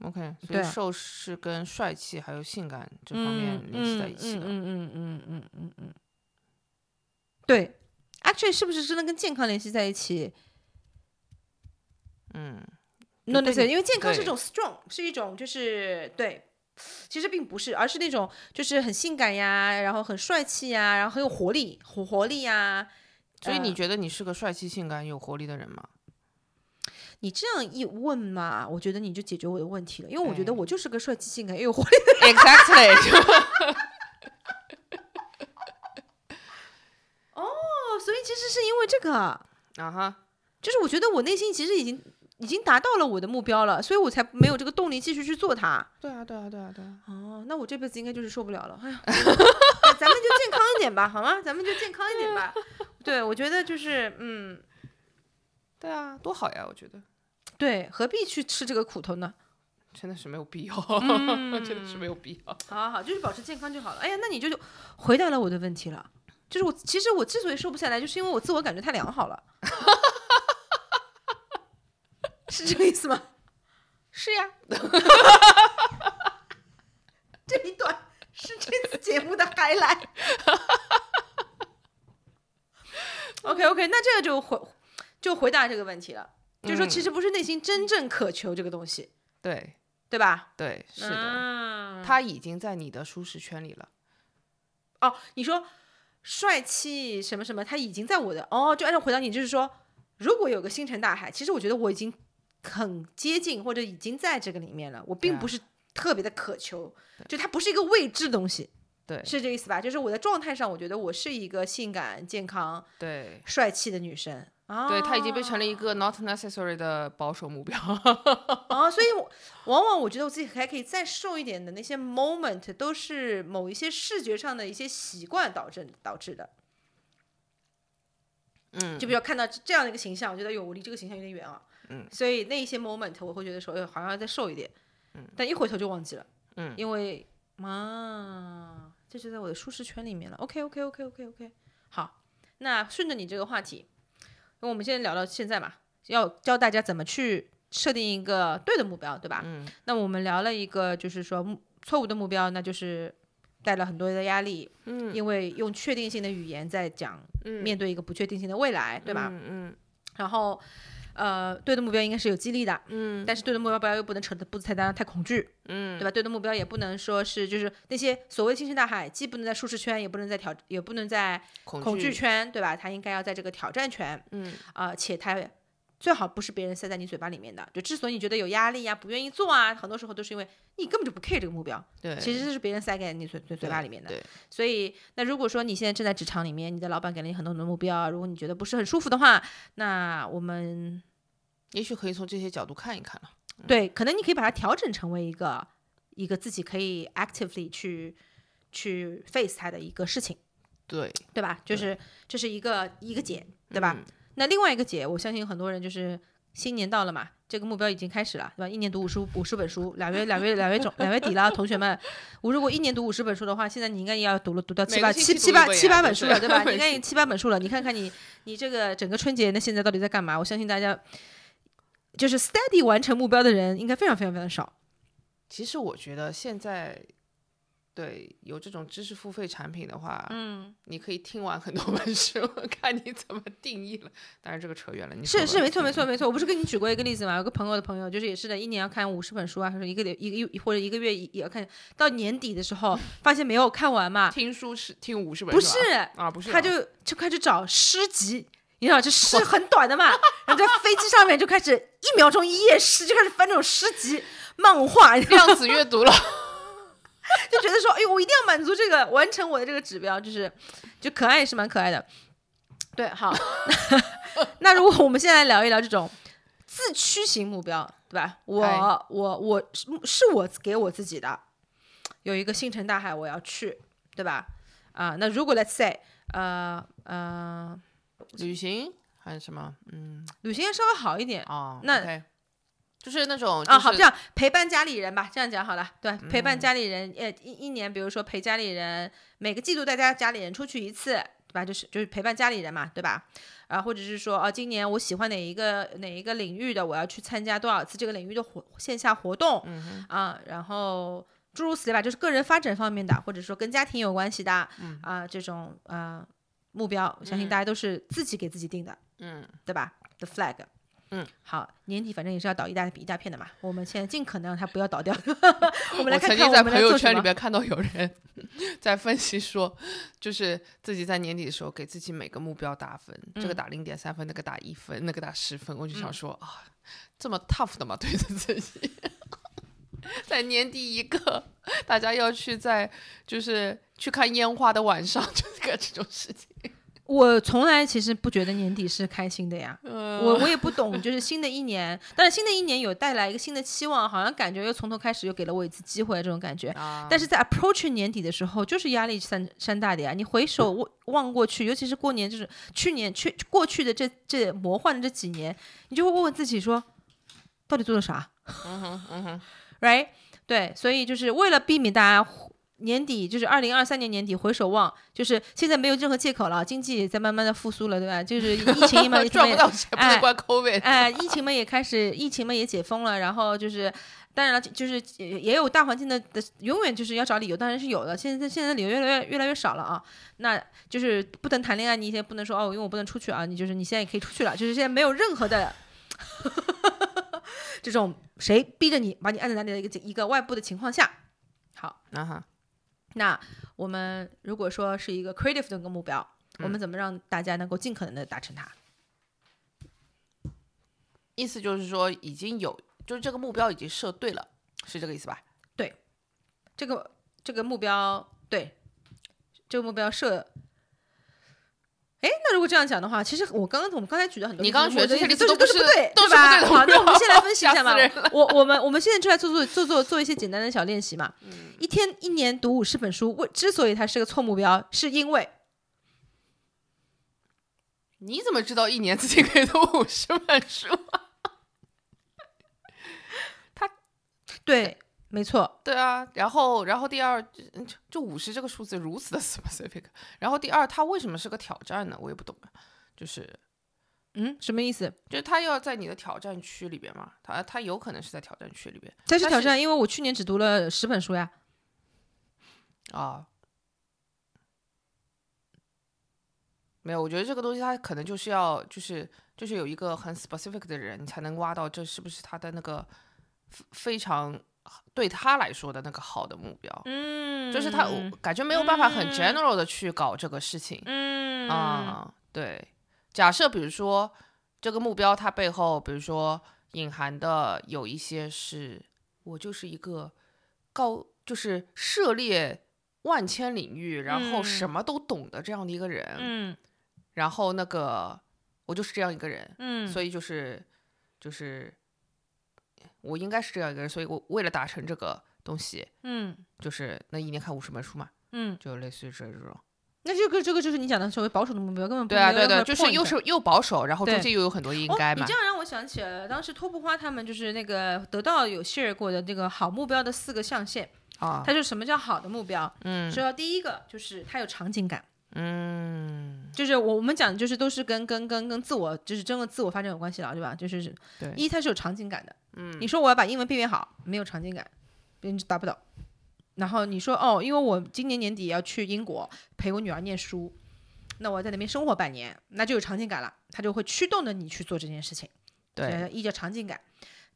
[SPEAKER 2] ，OK，所
[SPEAKER 1] 对
[SPEAKER 2] 以
[SPEAKER 1] 啊
[SPEAKER 2] 瘦是跟帅气还有性感这
[SPEAKER 1] 嗯
[SPEAKER 2] 方面联系在一起的。
[SPEAKER 1] 嗯嗯嗯嗯嗯嗯嗯嗯，对，actually 是不是真的跟健康联系在一起
[SPEAKER 2] 嗯
[SPEAKER 1] ？No
[SPEAKER 2] 对
[SPEAKER 1] no，
[SPEAKER 2] 你
[SPEAKER 1] 因为健康是一
[SPEAKER 2] 对
[SPEAKER 1] 种 strong，是一种就是对，其实并不是，而是那种就是很性感呀，然后很帅气呀，然后很有活力，活活力呀。
[SPEAKER 2] 所以你
[SPEAKER 1] 呃
[SPEAKER 2] 觉得你是个帅气、性感、有活力的人 吗？
[SPEAKER 1] 你这样一问嘛，我觉得你就解决我的问题了，因为我觉得
[SPEAKER 2] 哎
[SPEAKER 1] 我就是个帅气、性感又有活力。
[SPEAKER 2] Exactly，
[SPEAKER 1] 哦，所以其实是因为这个。
[SPEAKER 2] 啊哈，
[SPEAKER 1] 就是我觉得我内心其实已经已经达到了我的目标了，所以我才没有这个动力继续去做它。
[SPEAKER 2] 对啊，对啊，对啊，对啊，
[SPEAKER 1] 哦，那我这辈子应该就是受不了了。哎 呀，咱们就健康一点吧，好吗？咱们就健康一点 吧。对，我觉得就是嗯，
[SPEAKER 2] 对啊，多好呀！我觉得
[SPEAKER 1] 对，何必去吃这个苦头呢？
[SPEAKER 2] 真的是没有必要，
[SPEAKER 1] 嗯
[SPEAKER 2] 真的是没有必要。
[SPEAKER 1] 好好好，就是保持健康就好了。哎呀，那你就就回答了我的问题了。就是我，其实我之所以瘦不下来，就是因为我自我感觉太良好了， 是这个意思吗？
[SPEAKER 2] 是 呀，
[SPEAKER 1] 这一段是这次节目的 highlight。OK OK，那这个就回就回答这个问题了，就是说
[SPEAKER 2] 嗯
[SPEAKER 1] 其实不是内心真正渴求这个东西，
[SPEAKER 2] 对
[SPEAKER 1] 对吧？
[SPEAKER 2] 对，是的，
[SPEAKER 1] 啊
[SPEAKER 2] 他已经在你的舒适圈里了。
[SPEAKER 1] 哦，你说帅气什么什么，他已经在我的哦，就按照回答你，就是说，如果有个星辰大海，其实我觉得我已经很接近或者已经在这个里面了，我并
[SPEAKER 2] 对啊
[SPEAKER 1] 不是特别的渴求，就它不是一个未知的东西。
[SPEAKER 2] 对
[SPEAKER 1] 是这个意思吧？就是我的状态上，我觉得我是一个性感、健康、
[SPEAKER 2] 对
[SPEAKER 1] 帅气的女生。啊、
[SPEAKER 2] 对，他已经变成了一个 not necessary 的保守目标。
[SPEAKER 1] 啊，所以我往往我觉得我自己还可以再瘦一点的那些 moment，都是某一些视觉上的一些习惯导致导致的。
[SPEAKER 2] 嗯
[SPEAKER 1] 就比如看到这样的一个形象，我觉得哟，我离这个形象有点远啊。
[SPEAKER 2] 嗯，
[SPEAKER 1] 所以那一些 moment 我会觉得说，哎，好像要再瘦一点。嗯，但一回头就忘记了。
[SPEAKER 2] 嗯
[SPEAKER 1] 因为嘛，这就在我的舒适圈里面了。OK OK OK OK OK，好，那顺着你这个话题，因为我们现在聊到现在嘛，要教大家怎么去设定一个对的目标，对吧？
[SPEAKER 2] 嗯，
[SPEAKER 1] 那我们聊了一个，就是说目错误的目标，那就是带了很多的压力，
[SPEAKER 2] 嗯，
[SPEAKER 1] 因为用确定性的语言在讲
[SPEAKER 2] 嗯
[SPEAKER 1] 面对一个不确定性的未来，对吧？
[SPEAKER 2] 嗯
[SPEAKER 1] 然后，呃，对的目标应该是有激励的，
[SPEAKER 2] 嗯
[SPEAKER 1] 但是对的目标不要又不能扯得步子太大，太恐惧，
[SPEAKER 2] 嗯
[SPEAKER 1] 对吧？对的目标也不能说是就是那些所谓星辰大海，既不能在舒适圈，也不能在挑，也不能在
[SPEAKER 2] 恐
[SPEAKER 1] 恐惧圈，对吧？它应该要在这个挑战圈，
[SPEAKER 2] 嗯
[SPEAKER 1] 啊、且它最好不是别人塞在你嘴巴里面的。就之所以你觉得有压力呀、不愿意做啊，很多时候都是因为你根本就不 care 这个目标，
[SPEAKER 2] 对，
[SPEAKER 1] 其实是别人塞给你嘴嘴嘴巴里面的。
[SPEAKER 2] 对，
[SPEAKER 1] 所以，那如果说你现在正在职场里面，你的老板给了你很多很多目标，如果你觉得不是很舒服的话，那我们
[SPEAKER 2] 也许可以从这些角度看一看了。
[SPEAKER 1] 对，可能你可以把它调整成为一个一个自己可以 actively 去去 face 它的一个事情，
[SPEAKER 2] 对，
[SPEAKER 1] 对吧？就是这是一个一个解，对吧？
[SPEAKER 2] 嗯？
[SPEAKER 1] 那另外一个解，我相信很多人就是新年到了嘛，这个目标已经开始了，对吧？一年读五十五十本书，两月两月两月中两月底了，同学们，我如果一年读五十本书的话，现在你应该也要读了读到七
[SPEAKER 2] 每
[SPEAKER 1] 八
[SPEAKER 2] 个星
[SPEAKER 1] 七
[SPEAKER 2] 期读
[SPEAKER 1] 七
[SPEAKER 2] 一
[SPEAKER 1] 八
[SPEAKER 2] 本
[SPEAKER 1] 七
[SPEAKER 2] 呀
[SPEAKER 1] 八本
[SPEAKER 2] 就
[SPEAKER 1] 书
[SPEAKER 2] 是
[SPEAKER 1] 了，对吧？
[SPEAKER 2] 每
[SPEAKER 1] 你应该也七八本书了，你看看你你这个整个春节那现在到底在干嘛？我相信大家就是 steady 完成目标的人应该非常非常非常少。
[SPEAKER 2] 其实我觉得现在对有这种知识付费产品的话，
[SPEAKER 1] 嗯，
[SPEAKER 2] 你可以听完很多本书， 看你怎么定义了。当然这个扯远了，你
[SPEAKER 1] 是
[SPEAKER 2] 说
[SPEAKER 1] 是
[SPEAKER 2] 吧
[SPEAKER 1] 没错没错没错，我不是跟你举过一个例子吗？有个朋友的朋友，就是也是的，一年要看五十本书啊，他说一个一个一或者一个月也要看，到年底的时候发现没有看完嘛，
[SPEAKER 2] 听书是听五十本
[SPEAKER 1] 不
[SPEAKER 2] 是
[SPEAKER 1] 是
[SPEAKER 2] 吧，啊，不是啊，
[SPEAKER 1] 他就就开始找诗集，你知道这诗很短的嘛，然后在飞机上面就开始一秒钟一页诗，就开始翻那种诗集、漫画，你知道
[SPEAKER 2] 量子阅读了。
[SPEAKER 1] 就觉得说，哎呦，我一定要满足这个，完成我的这个指标，就是就可爱也是蛮可爱的。对，好，那如果我们现在来聊一聊这种自驱型目标，对吧？我
[SPEAKER 2] 哎
[SPEAKER 1] 我我是是我给我自己的，有一个星辰大海我要去，对吧？啊、那如果 let's say，呃呃，
[SPEAKER 2] 旅行还是 什么？嗯
[SPEAKER 1] 旅行稍微好一点。
[SPEAKER 2] 啊，
[SPEAKER 1] 那
[SPEAKER 2] OK 就是那种
[SPEAKER 1] 啊，好，
[SPEAKER 2] 就
[SPEAKER 1] 这
[SPEAKER 2] 是嗯
[SPEAKER 1] 样陪伴家里人吧，这样讲好了。对，陪伴家里人，呃，一一年，比如说陪家里人，每个季度带家家里人出去一次，对吧？就是就是陪伴家里人嘛，对吧？啊，或者是说，哦、今年我喜欢哪一个哪一个领域的，我要去参加多少次这个领域的活线下活动，
[SPEAKER 2] 嗯
[SPEAKER 1] 啊，然后诸如此类吧，就是个人发展方面的，或者说跟家庭有关系的，
[SPEAKER 2] 嗯
[SPEAKER 1] 啊，这种啊目标，我相信大家都是自己给自己定的，
[SPEAKER 2] 嗯，
[SPEAKER 1] 对吧？The flag。
[SPEAKER 2] 嗯，
[SPEAKER 1] 好，年底反正也是要倒一大一大片的嘛，我们现在尽可能让它不要 倒掉。我们来
[SPEAKER 2] 我
[SPEAKER 1] 看
[SPEAKER 2] 曾
[SPEAKER 1] 看
[SPEAKER 2] 经
[SPEAKER 1] 我
[SPEAKER 2] 在
[SPEAKER 1] 们
[SPEAKER 2] 朋
[SPEAKER 1] 来
[SPEAKER 2] 友
[SPEAKER 1] 做什
[SPEAKER 2] 圈里
[SPEAKER 1] 么。
[SPEAKER 2] 边看到有人 在分析说，就是自己在年底的时候给自己每个目标打分，这个
[SPEAKER 1] 嗯
[SPEAKER 2] 打零点三分，那个打一分，那个打十分，我就想说、啊，这么 tough 的吗？对着自己， 在年底一个大家要去在就是去看烟花的晚上，就是干这种 事情。
[SPEAKER 1] 我从来其实不觉得年底是开心的呀，
[SPEAKER 2] 嗯，
[SPEAKER 1] 我我也不懂，就是新的一年，但是新的一年有带来一个新的期望，好像感觉又从头开始，又给了我一次机会这种感觉。
[SPEAKER 2] 啊
[SPEAKER 1] 但是在 approach 年底的时候，就是压力山山大的呀。你回首望望过去，尤其是过年，就是去年去过去的这这魔幻的这几年，你就会问问自己说，到底做了啥？
[SPEAKER 2] 嗯哼嗯哼
[SPEAKER 1] right？对，所以就是为了避免大家回年底，就是二零二三年年底回首望，就是现在没有任何借口了，经济也在慢慢的复苏了，对吧？就是疫 情嘛，也
[SPEAKER 2] 赚不到钱不
[SPEAKER 1] 哎
[SPEAKER 2] 能怪 COVID，
[SPEAKER 1] 哎，疫情嘛也开始，疫情嘛也解封了，然后就是，当然了，就是也也有大环境的的，永远就是要找理由，当然是有的。呃现在现在理由越来越越来越少了啊，那就是不能谈恋爱，你也不能说哦，因为我不能出去啊，你就是你现在也可以出去了，就是现在没有任何的这种谁逼着你把你按在哪里的一个一个外部的情况下，好，
[SPEAKER 2] 啊哈，
[SPEAKER 1] 那我们如果说是一个 creative 的一个目标，我们怎么让大家能够尽可能的达成它？
[SPEAKER 2] 意思就是说已经有，就是这个目标已经设对了，是这个意思吧？
[SPEAKER 1] 这个这个目标，对，这个目标设。哎，那如果这样讲的话，其实我刚刚我们刚才举的很多
[SPEAKER 2] 你
[SPEAKER 1] 例子，
[SPEAKER 2] 刚刚举的
[SPEAKER 1] 我
[SPEAKER 2] 这些
[SPEAKER 1] 觉得
[SPEAKER 2] 例子
[SPEAKER 1] 都都
[SPEAKER 2] 都不
[SPEAKER 1] 是
[SPEAKER 2] 是
[SPEAKER 1] 对，
[SPEAKER 2] 都
[SPEAKER 1] 对
[SPEAKER 2] 是不
[SPEAKER 1] 吧？
[SPEAKER 2] 对的
[SPEAKER 1] 好，
[SPEAKER 2] 目
[SPEAKER 1] 那我们
[SPEAKER 2] 标
[SPEAKER 1] 先来分析一
[SPEAKER 2] 吓
[SPEAKER 1] 下
[SPEAKER 2] 死
[SPEAKER 1] 嘛
[SPEAKER 2] 人。
[SPEAKER 1] 我我们我们现在就来做做做做做一些简单的小练习嘛。
[SPEAKER 2] 嗯
[SPEAKER 1] 一天一年读五十本书，为之所以它是个错目标，是因为
[SPEAKER 2] 你怎么知道一年自己可以读五十本书？
[SPEAKER 1] 对，没错，
[SPEAKER 2] 对啊，然后，然后第二，嗯就就五十这个数字如此的 specific。然后第二，它为什么是个挑战呢？我也不懂啊。就是，
[SPEAKER 1] 嗯，什么意思？
[SPEAKER 2] 就是它要在你的挑战区里边嘛，它它有可能是在挑战区里边
[SPEAKER 1] 再去挑
[SPEAKER 2] 但是
[SPEAKER 1] 战，因为我去年只读了十本书呀。
[SPEAKER 2] 啊。没有，我觉得这个东西它可能就是要，就是就是有一个很 specific 的人，你才能挖到这是不是他的那个非非常对他来说的那个好的目标。
[SPEAKER 1] 嗯
[SPEAKER 2] 就是他我感觉没有办法很 general 的去搞这个事情
[SPEAKER 1] 嗯
[SPEAKER 2] 啊、对，假设比如说这个目标它背后，比如说隐含的有一些是我就是一个高，就是涉猎万千领域，然后什
[SPEAKER 1] 嗯
[SPEAKER 2] 么都懂的这样的一个人，
[SPEAKER 1] 嗯
[SPEAKER 2] 然后那个我就是这样一个人，
[SPEAKER 1] 嗯，
[SPEAKER 2] 所以就是就是我应该是这样一个人，所以我为了达成这个东西，
[SPEAKER 1] 嗯
[SPEAKER 2] 就是那一年看五十本书嘛。
[SPEAKER 1] 嗯，
[SPEAKER 2] 就类似于这种。
[SPEAKER 1] 那这个这个就是你讲的所谓保守的目标，根本不
[SPEAKER 2] 对啊，
[SPEAKER 1] 没有
[SPEAKER 2] 对
[SPEAKER 1] 任何
[SPEAKER 2] 对，就是
[SPEAKER 1] point
[SPEAKER 2] 又是又保守，然后中
[SPEAKER 1] 对
[SPEAKER 2] 间又有很多应
[SPEAKER 1] 哦
[SPEAKER 2] 该
[SPEAKER 1] 你
[SPEAKER 2] 嘛
[SPEAKER 1] 这。样让我想起了当时托布花他们就是那个得到有 share 过的这个好目标的四个象限，
[SPEAKER 2] 啊，
[SPEAKER 1] 它就什么叫好的目标？
[SPEAKER 2] 嗯
[SPEAKER 1] 说到第一个就是它有场景感，
[SPEAKER 2] 嗯，
[SPEAKER 1] 就是我我们讲的就是都是跟跟跟跟自我就是真的自我发展有关系了，对吧？就是
[SPEAKER 2] 对
[SPEAKER 1] 一它是有场景感的，嗯，你说我要把英文变变好，没有场景感，别人就达不到。然后你说哦，因为我今年年底要去英国陪我女儿念书，那我要在那边生活半年，那就有场景感了，它就会驱动着你去做这件事情。
[SPEAKER 2] 对，，
[SPEAKER 1] 一叫场景感，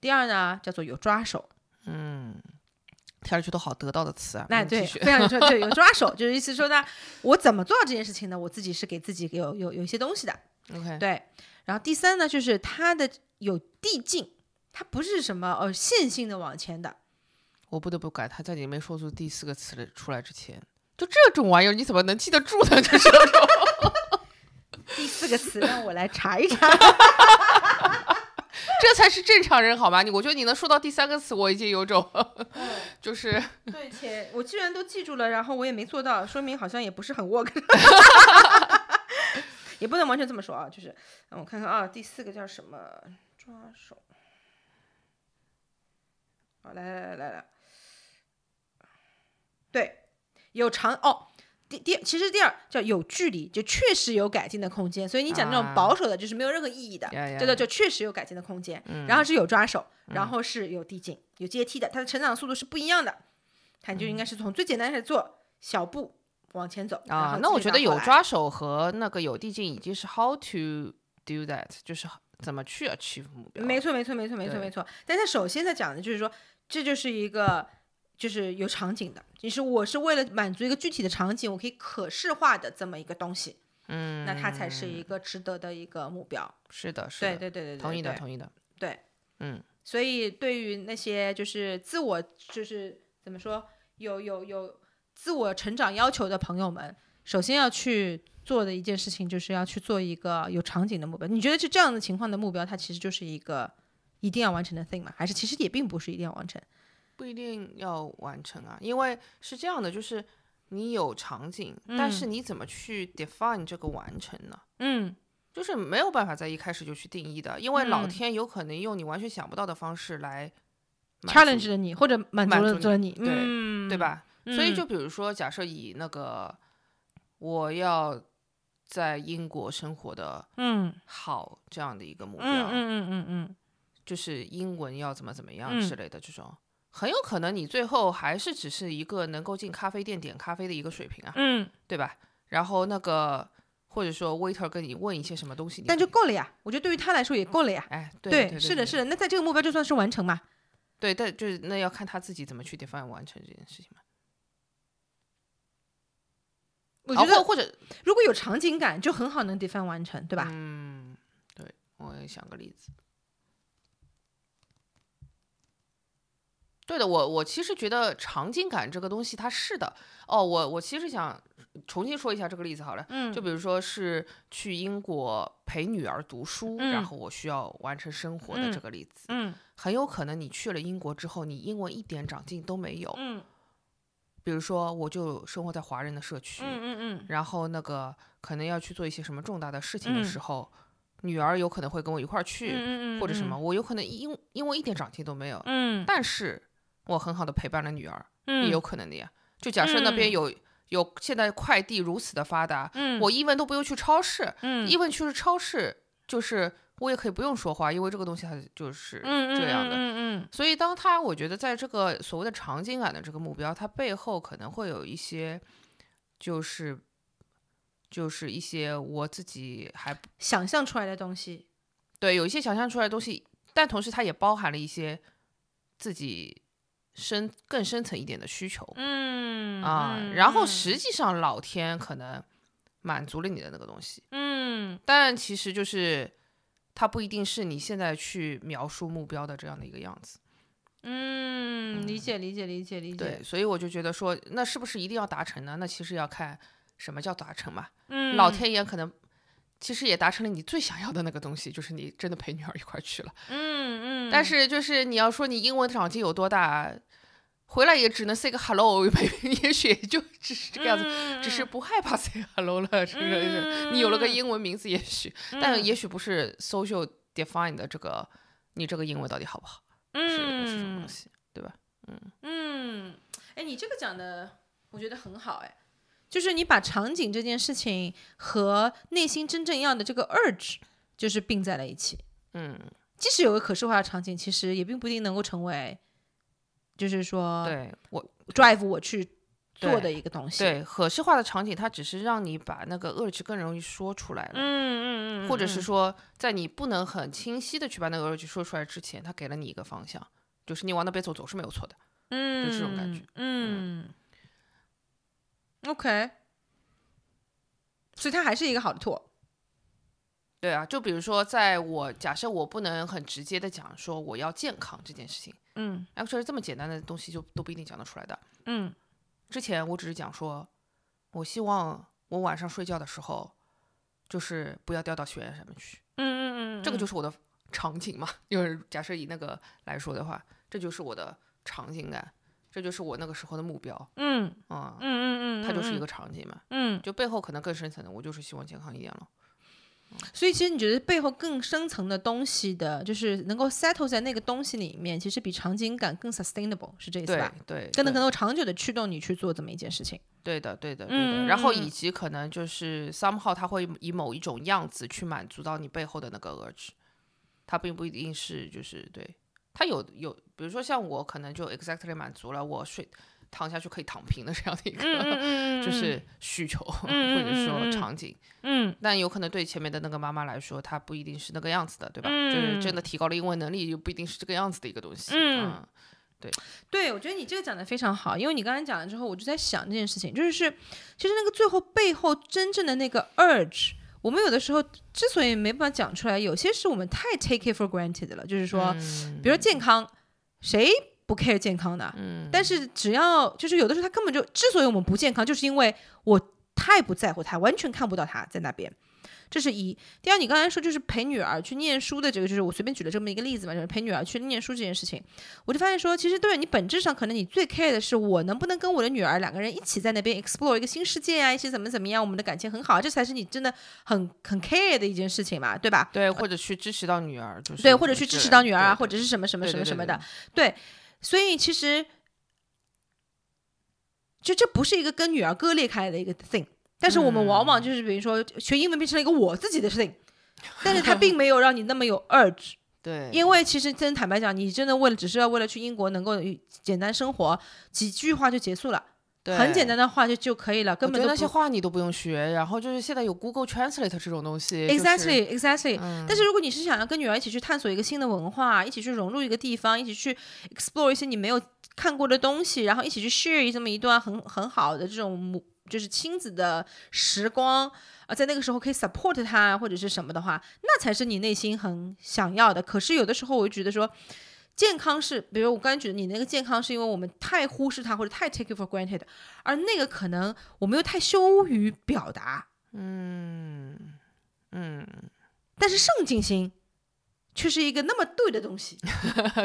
[SPEAKER 1] 第二呢叫做有抓手。
[SPEAKER 2] 嗯，听上去都好得到的词啊。
[SPEAKER 1] 那
[SPEAKER 2] 嗯继
[SPEAKER 1] 对，
[SPEAKER 2] 续
[SPEAKER 1] 非常 有抓对有抓手，就是意思说呢，我怎么做到这件事情呢？我自己是给自己有有有一些东西的。
[SPEAKER 2] ，OK，
[SPEAKER 1] 对，然后第三呢，就是它的有递进，它不是什么呃线性的往前的，
[SPEAKER 2] 我不得不改，他在你没说出第四个词的出来之前，就这种玩意儿你怎么能记得住呢？ 就是
[SPEAKER 1] 第四个词让我来查一查。
[SPEAKER 2] 这才是正常人好吗？你我觉得你能说到第三个词，我已经有种就是
[SPEAKER 1] 对，且我既然都记住了，然后我也没做到，说明好像也不是很 work。也不能完全这么说啊，就是，嗯，我看看啊，第四个叫什么？抓手。好，来来来来来，对，有长哦。第第，其实第二叫有距离，就确实有改进的空间。所以你讲那种
[SPEAKER 2] 啊
[SPEAKER 1] 保守的，就是没有任何意义的，
[SPEAKER 2] 呀呀
[SPEAKER 1] 对对，就确实有改进的空间。
[SPEAKER 2] 嗯
[SPEAKER 1] 然后是有抓手，然后是有递进、有阶梯的，它的成长速度是不一样的。它就
[SPEAKER 2] 嗯
[SPEAKER 1] 应该是从最简单开始做，小步往前走然
[SPEAKER 2] 啊
[SPEAKER 1] 后，
[SPEAKER 2] 那我
[SPEAKER 1] 积
[SPEAKER 2] 觉
[SPEAKER 1] 累
[SPEAKER 2] 得
[SPEAKER 1] 到后
[SPEAKER 2] 有
[SPEAKER 1] 来
[SPEAKER 2] 抓手和那个有递进已经是 how to do that，就是怎么去 achieve 目标。
[SPEAKER 1] 没错，没错，没错，没错，
[SPEAKER 2] 对
[SPEAKER 1] 没错。但他首先他讲的就是说，这就是一个就是有场景的，就是我是为了满足一个具体的场景，我可以可视化的这么一个东西，
[SPEAKER 2] 嗯，
[SPEAKER 1] 那它才是一个值得的一个目标。
[SPEAKER 2] 是的，是的，
[SPEAKER 1] 对对对对对，
[SPEAKER 2] 同意的，
[SPEAKER 1] 对
[SPEAKER 2] 同意的。
[SPEAKER 1] 对，
[SPEAKER 2] 嗯，
[SPEAKER 1] 所以对于那些就是自我就是怎么说有有有自我成长要求的朋友们，首先要去做的一件事情就是要去做一个有场景的目标。你觉得是这样的情况的目标，它其实就是一个一定要完成的 thing 吗？还是其实也并不是一定要完成？
[SPEAKER 2] 不一定要完成啊，因为是这样的，就是你有场景，但是你怎么去 define 这个完成呢？
[SPEAKER 1] 嗯
[SPEAKER 2] 就是没有办法在一开始就去定义的，因为老
[SPEAKER 1] 嗯
[SPEAKER 2] 天有可能用你完全想不到的方式来满足
[SPEAKER 1] ，challenge 了你或者满足
[SPEAKER 2] 满足
[SPEAKER 1] 了
[SPEAKER 2] 你
[SPEAKER 1] 了你，
[SPEAKER 2] 对
[SPEAKER 1] 嗯
[SPEAKER 2] 对？吧？所
[SPEAKER 1] 嗯
[SPEAKER 2] 以就比如说，假设以那个我要在英国生活的
[SPEAKER 1] 嗯
[SPEAKER 2] 好这样的一个目
[SPEAKER 1] 嗯
[SPEAKER 2] 标，
[SPEAKER 1] 嗯嗯嗯嗯，
[SPEAKER 2] 就是英文要怎么怎么样
[SPEAKER 1] 嗯
[SPEAKER 2] 之类的这种，很有可能你最后还是只是一个能够进咖啡店点咖啡的一个水平啊，
[SPEAKER 1] 嗯，
[SPEAKER 2] 对吧？然后那个或者说 waiter 跟你问一些什么东西，你
[SPEAKER 1] 但
[SPEAKER 2] 可
[SPEAKER 1] 就
[SPEAKER 2] 以
[SPEAKER 1] 够了呀。我觉得对于他来说也够了呀。
[SPEAKER 2] 哎，对对
[SPEAKER 1] 是的，
[SPEAKER 2] 对
[SPEAKER 1] 是的。那在这个目标就算是完成嘛？
[SPEAKER 2] 对，但就是那要看他自己怎么去 define 完成这件事情嘛。
[SPEAKER 1] 我
[SPEAKER 2] 啊
[SPEAKER 1] 觉得
[SPEAKER 2] 或或者
[SPEAKER 1] 如果有场景感，就很好能 define 完成，对吧？
[SPEAKER 2] 嗯，对，我也想个例子。对的，我我其实觉得场景感这个东西它是的。哦，我我其实想重新说一下这个例子好了。
[SPEAKER 1] 嗯
[SPEAKER 2] 就比如说是去英国陪女儿读书，
[SPEAKER 1] 嗯
[SPEAKER 2] 然后我需要完成生活的这个例子，
[SPEAKER 1] 嗯
[SPEAKER 2] 很有可能你去了英国之后，你英文一点长进都没有。
[SPEAKER 1] 嗯
[SPEAKER 2] 比如说，我就生活在华人的社区，
[SPEAKER 1] 嗯嗯
[SPEAKER 2] 然后那个可能要去做一些什么重大的事情的
[SPEAKER 1] 嗯
[SPEAKER 2] 时候，女儿有可能会跟我一块儿去，
[SPEAKER 1] 嗯
[SPEAKER 2] 或者什么，，我有可能因因为一点长进都没有，
[SPEAKER 1] 嗯
[SPEAKER 2] 但是我很好的陪伴了女儿，也
[SPEAKER 1] 嗯
[SPEAKER 2] 有可能的呀。就假设那
[SPEAKER 1] 嗯
[SPEAKER 2] 边有、有现在快递如此的发达，
[SPEAKER 1] 嗯
[SPEAKER 2] 我 even 都不用去超市、
[SPEAKER 1] 嗯
[SPEAKER 2] e v e n 去超市就是我也可以不用说话，因为这个东西它就是这样的。
[SPEAKER 1] 嗯
[SPEAKER 2] 所以，当他我觉得在这个所谓的场景感的这个目标，它背后可能会有一些，就是就是一些我自己还不
[SPEAKER 1] 想象出来的东西，
[SPEAKER 2] 对有一些想象出来的东西，但同时它也包含了一些自己深更深层一点的需求
[SPEAKER 1] 嗯
[SPEAKER 2] 啊。然后实际上，老天可能满足了你的那个东西，
[SPEAKER 1] 嗯
[SPEAKER 2] 但其实就是它不一定是你现在去描述目标的这样的一个样子。
[SPEAKER 1] 嗯，理解理解理解理
[SPEAKER 2] 对，
[SPEAKER 1] 解，
[SPEAKER 2] 所以我就觉得说，那是不是一定要达成呢？那其实要看什么叫达成嘛。
[SPEAKER 1] 嗯，
[SPEAKER 2] 老，天爷可能其实也达成了你最想要的那个东西，就是你真的陪女儿一块儿去了。
[SPEAKER 1] 嗯嗯，
[SPEAKER 2] 但是就是你要说你英文长进有多大，回来也只能 say 个 hello，也 也许也就只是这个样子。
[SPEAKER 1] 嗯
[SPEAKER 2] 只是不害怕 say hello 了，是不是？你有了个英文名字，也许，
[SPEAKER 1] 嗯
[SPEAKER 2] 但也许不是 social define 的这个，你这个英文到底好不好？是是什么东
[SPEAKER 1] 嗯
[SPEAKER 2] 西？对吧？
[SPEAKER 1] 嗯，哎，你这个讲的我觉得很好，哎，就是你把场景这件事情和内心真正要的这个 urge 就是并在了一起。
[SPEAKER 2] 嗯，
[SPEAKER 1] 即使有个可视化的场景，其实也并不一定能够成为就是说
[SPEAKER 2] 对我
[SPEAKER 1] drive 我去做
[SPEAKER 2] 对
[SPEAKER 1] 的一个东西。
[SPEAKER 2] 对可视化的场景，它只是让你把那个遏制更容易说出来了。
[SPEAKER 1] 嗯，嗯嗯嗯，
[SPEAKER 2] 或者
[SPEAKER 1] 嗯
[SPEAKER 2] 是说，在你不能很清晰的去把那个 urge 说出来之前，他给了你一个方向，就是你往那边走总是没有错的。
[SPEAKER 1] 嗯，
[SPEAKER 2] 就这种感觉嗯
[SPEAKER 1] 嗯。OK，所以它还是一个好的 tool。
[SPEAKER 2] 对啊，就比如说，在我假设我不能很直接的讲说我要健康这件事情
[SPEAKER 1] 嗯
[SPEAKER 2] ，actually 这么简单的东西就都不一定讲得出来的。
[SPEAKER 1] 嗯
[SPEAKER 2] 之前我只是讲说，我希望我晚上睡觉的时候，就是不要掉到悬崖上面去。
[SPEAKER 1] 嗯嗯嗯，
[SPEAKER 2] 这个就是是我的场景嘛， 就是假设以那个来说的话，这就是我的场景感，这就是我那个时候的目标
[SPEAKER 1] 嗯
[SPEAKER 2] 啊。
[SPEAKER 1] 嗯嗯嗯，
[SPEAKER 2] 它就是一
[SPEAKER 1] 嗯
[SPEAKER 2] 个场景嘛，
[SPEAKER 1] 嗯，
[SPEAKER 2] 就背后可能更深层的，我就是希望健康一点了。
[SPEAKER 1] 所以其实你觉得背后更深层的东西的，就是能够 settle 在那个东西里面，其实比场景感更 sustainable，是这意思
[SPEAKER 2] 对
[SPEAKER 1] 吧？
[SPEAKER 2] 对，
[SPEAKER 1] 更能
[SPEAKER 2] 对
[SPEAKER 1] 更能够长久的驱动你去做这么一件事情。
[SPEAKER 2] 对的，对的，对
[SPEAKER 1] 嗯
[SPEAKER 2] 的。
[SPEAKER 1] 嗯
[SPEAKER 2] 然后
[SPEAKER 1] 嗯
[SPEAKER 2] 以及可能就是 somehow 它会以某一种样子去满足到你背后的那个 urge，它并不一定是就是对它有有，比如说像我可能就 exactly 满足了我睡躺下去可以躺平的这样的一个、
[SPEAKER 1] 嗯
[SPEAKER 2] 就是需求、
[SPEAKER 1] 嗯嗯
[SPEAKER 2] 或者
[SPEAKER 1] 嗯嗯
[SPEAKER 2] 说
[SPEAKER 1] 嗯
[SPEAKER 2] 场景，
[SPEAKER 1] 嗯
[SPEAKER 2] 但有可能对前面的那个妈妈来说，她不一定是那个样子的，对吧？就是真的提高了英文能力，又不一定是这个样子的一个东西。
[SPEAKER 1] 嗯
[SPEAKER 2] 嗯
[SPEAKER 1] 对，我觉得你这个讲的非常好，因为你刚才讲了之后，我就在想这件事情，就是其实那个最后背后真正的那个 urge，我们有的时候之所以没办法讲出来，有些是我们太 take it for granted 了，就是说，比如说健康，谁不 care 健康的？嗯，但是只要就是有的时候他根本就，之所以我们不健康，就是因为我太不在乎他，完全看不到他在那边。这是一。第二，你刚才说就是陪女儿去念书的这个，就是我随便举了这么一个例子嘛，就是陪女儿去念书这件事情，我就发现说，其实对你本质上可能你最 care 的是我能不能跟我的女儿两个人一起在那边 explore 一个新世界啊，一起怎么怎么样，我们的感情很好，啊这才是你真的很很 care 的一件事情嘛，对吧？
[SPEAKER 2] 对，或者去支持到女儿，就是
[SPEAKER 1] 对，或者去支持到女儿啊，或
[SPEAKER 2] 者
[SPEAKER 1] 者是什么什么
[SPEAKER 2] 对
[SPEAKER 1] 什么
[SPEAKER 2] 对
[SPEAKER 1] 什
[SPEAKER 2] 对
[SPEAKER 1] 么
[SPEAKER 2] 对
[SPEAKER 1] 的，对，所以其实就这不是一个跟女儿割裂开来的一个 thing，但是我们往
[SPEAKER 2] 嗯
[SPEAKER 1] 往就是比如说学英文变成了一个我自己的 thing，但是它并没有让你那么有 urge，
[SPEAKER 2] 对，
[SPEAKER 1] 因为其实真坦白讲，你真的为了只是要为了去英国能够简单生活，几句话就结束了，
[SPEAKER 2] 对
[SPEAKER 1] 很简单。的话就就可以了，根
[SPEAKER 2] 我
[SPEAKER 1] 本
[SPEAKER 2] 觉
[SPEAKER 1] 都
[SPEAKER 2] 得那些
[SPEAKER 1] 不。
[SPEAKER 2] 话你都不用学，然后就是现在有 Google Translate 这种东西。就是
[SPEAKER 1] Exactly, exactly、
[SPEAKER 2] 嗯
[SPEAKER 1] 但是如果你是想要跟女儿一起去探索一个新的文化，一起去融入一个地方，一起去 explore 一些你没有看过的东西，然后一起去 share 这么一段很很好的这种母就是亲子的时光，啊，在那个时候可以 support 他或者是什么的话，那才是你内心很想要的。可是有的时候我就觉得说，健康是，比如我刚才举的你那个健康，是因为我们太忽视它或者太 take it for granted，而那个可能我们又太羞于表达。
[SPEAKER 2] 嗯嗯，
[SPEAKER 1] 但是上进心却是一个那么对的东西，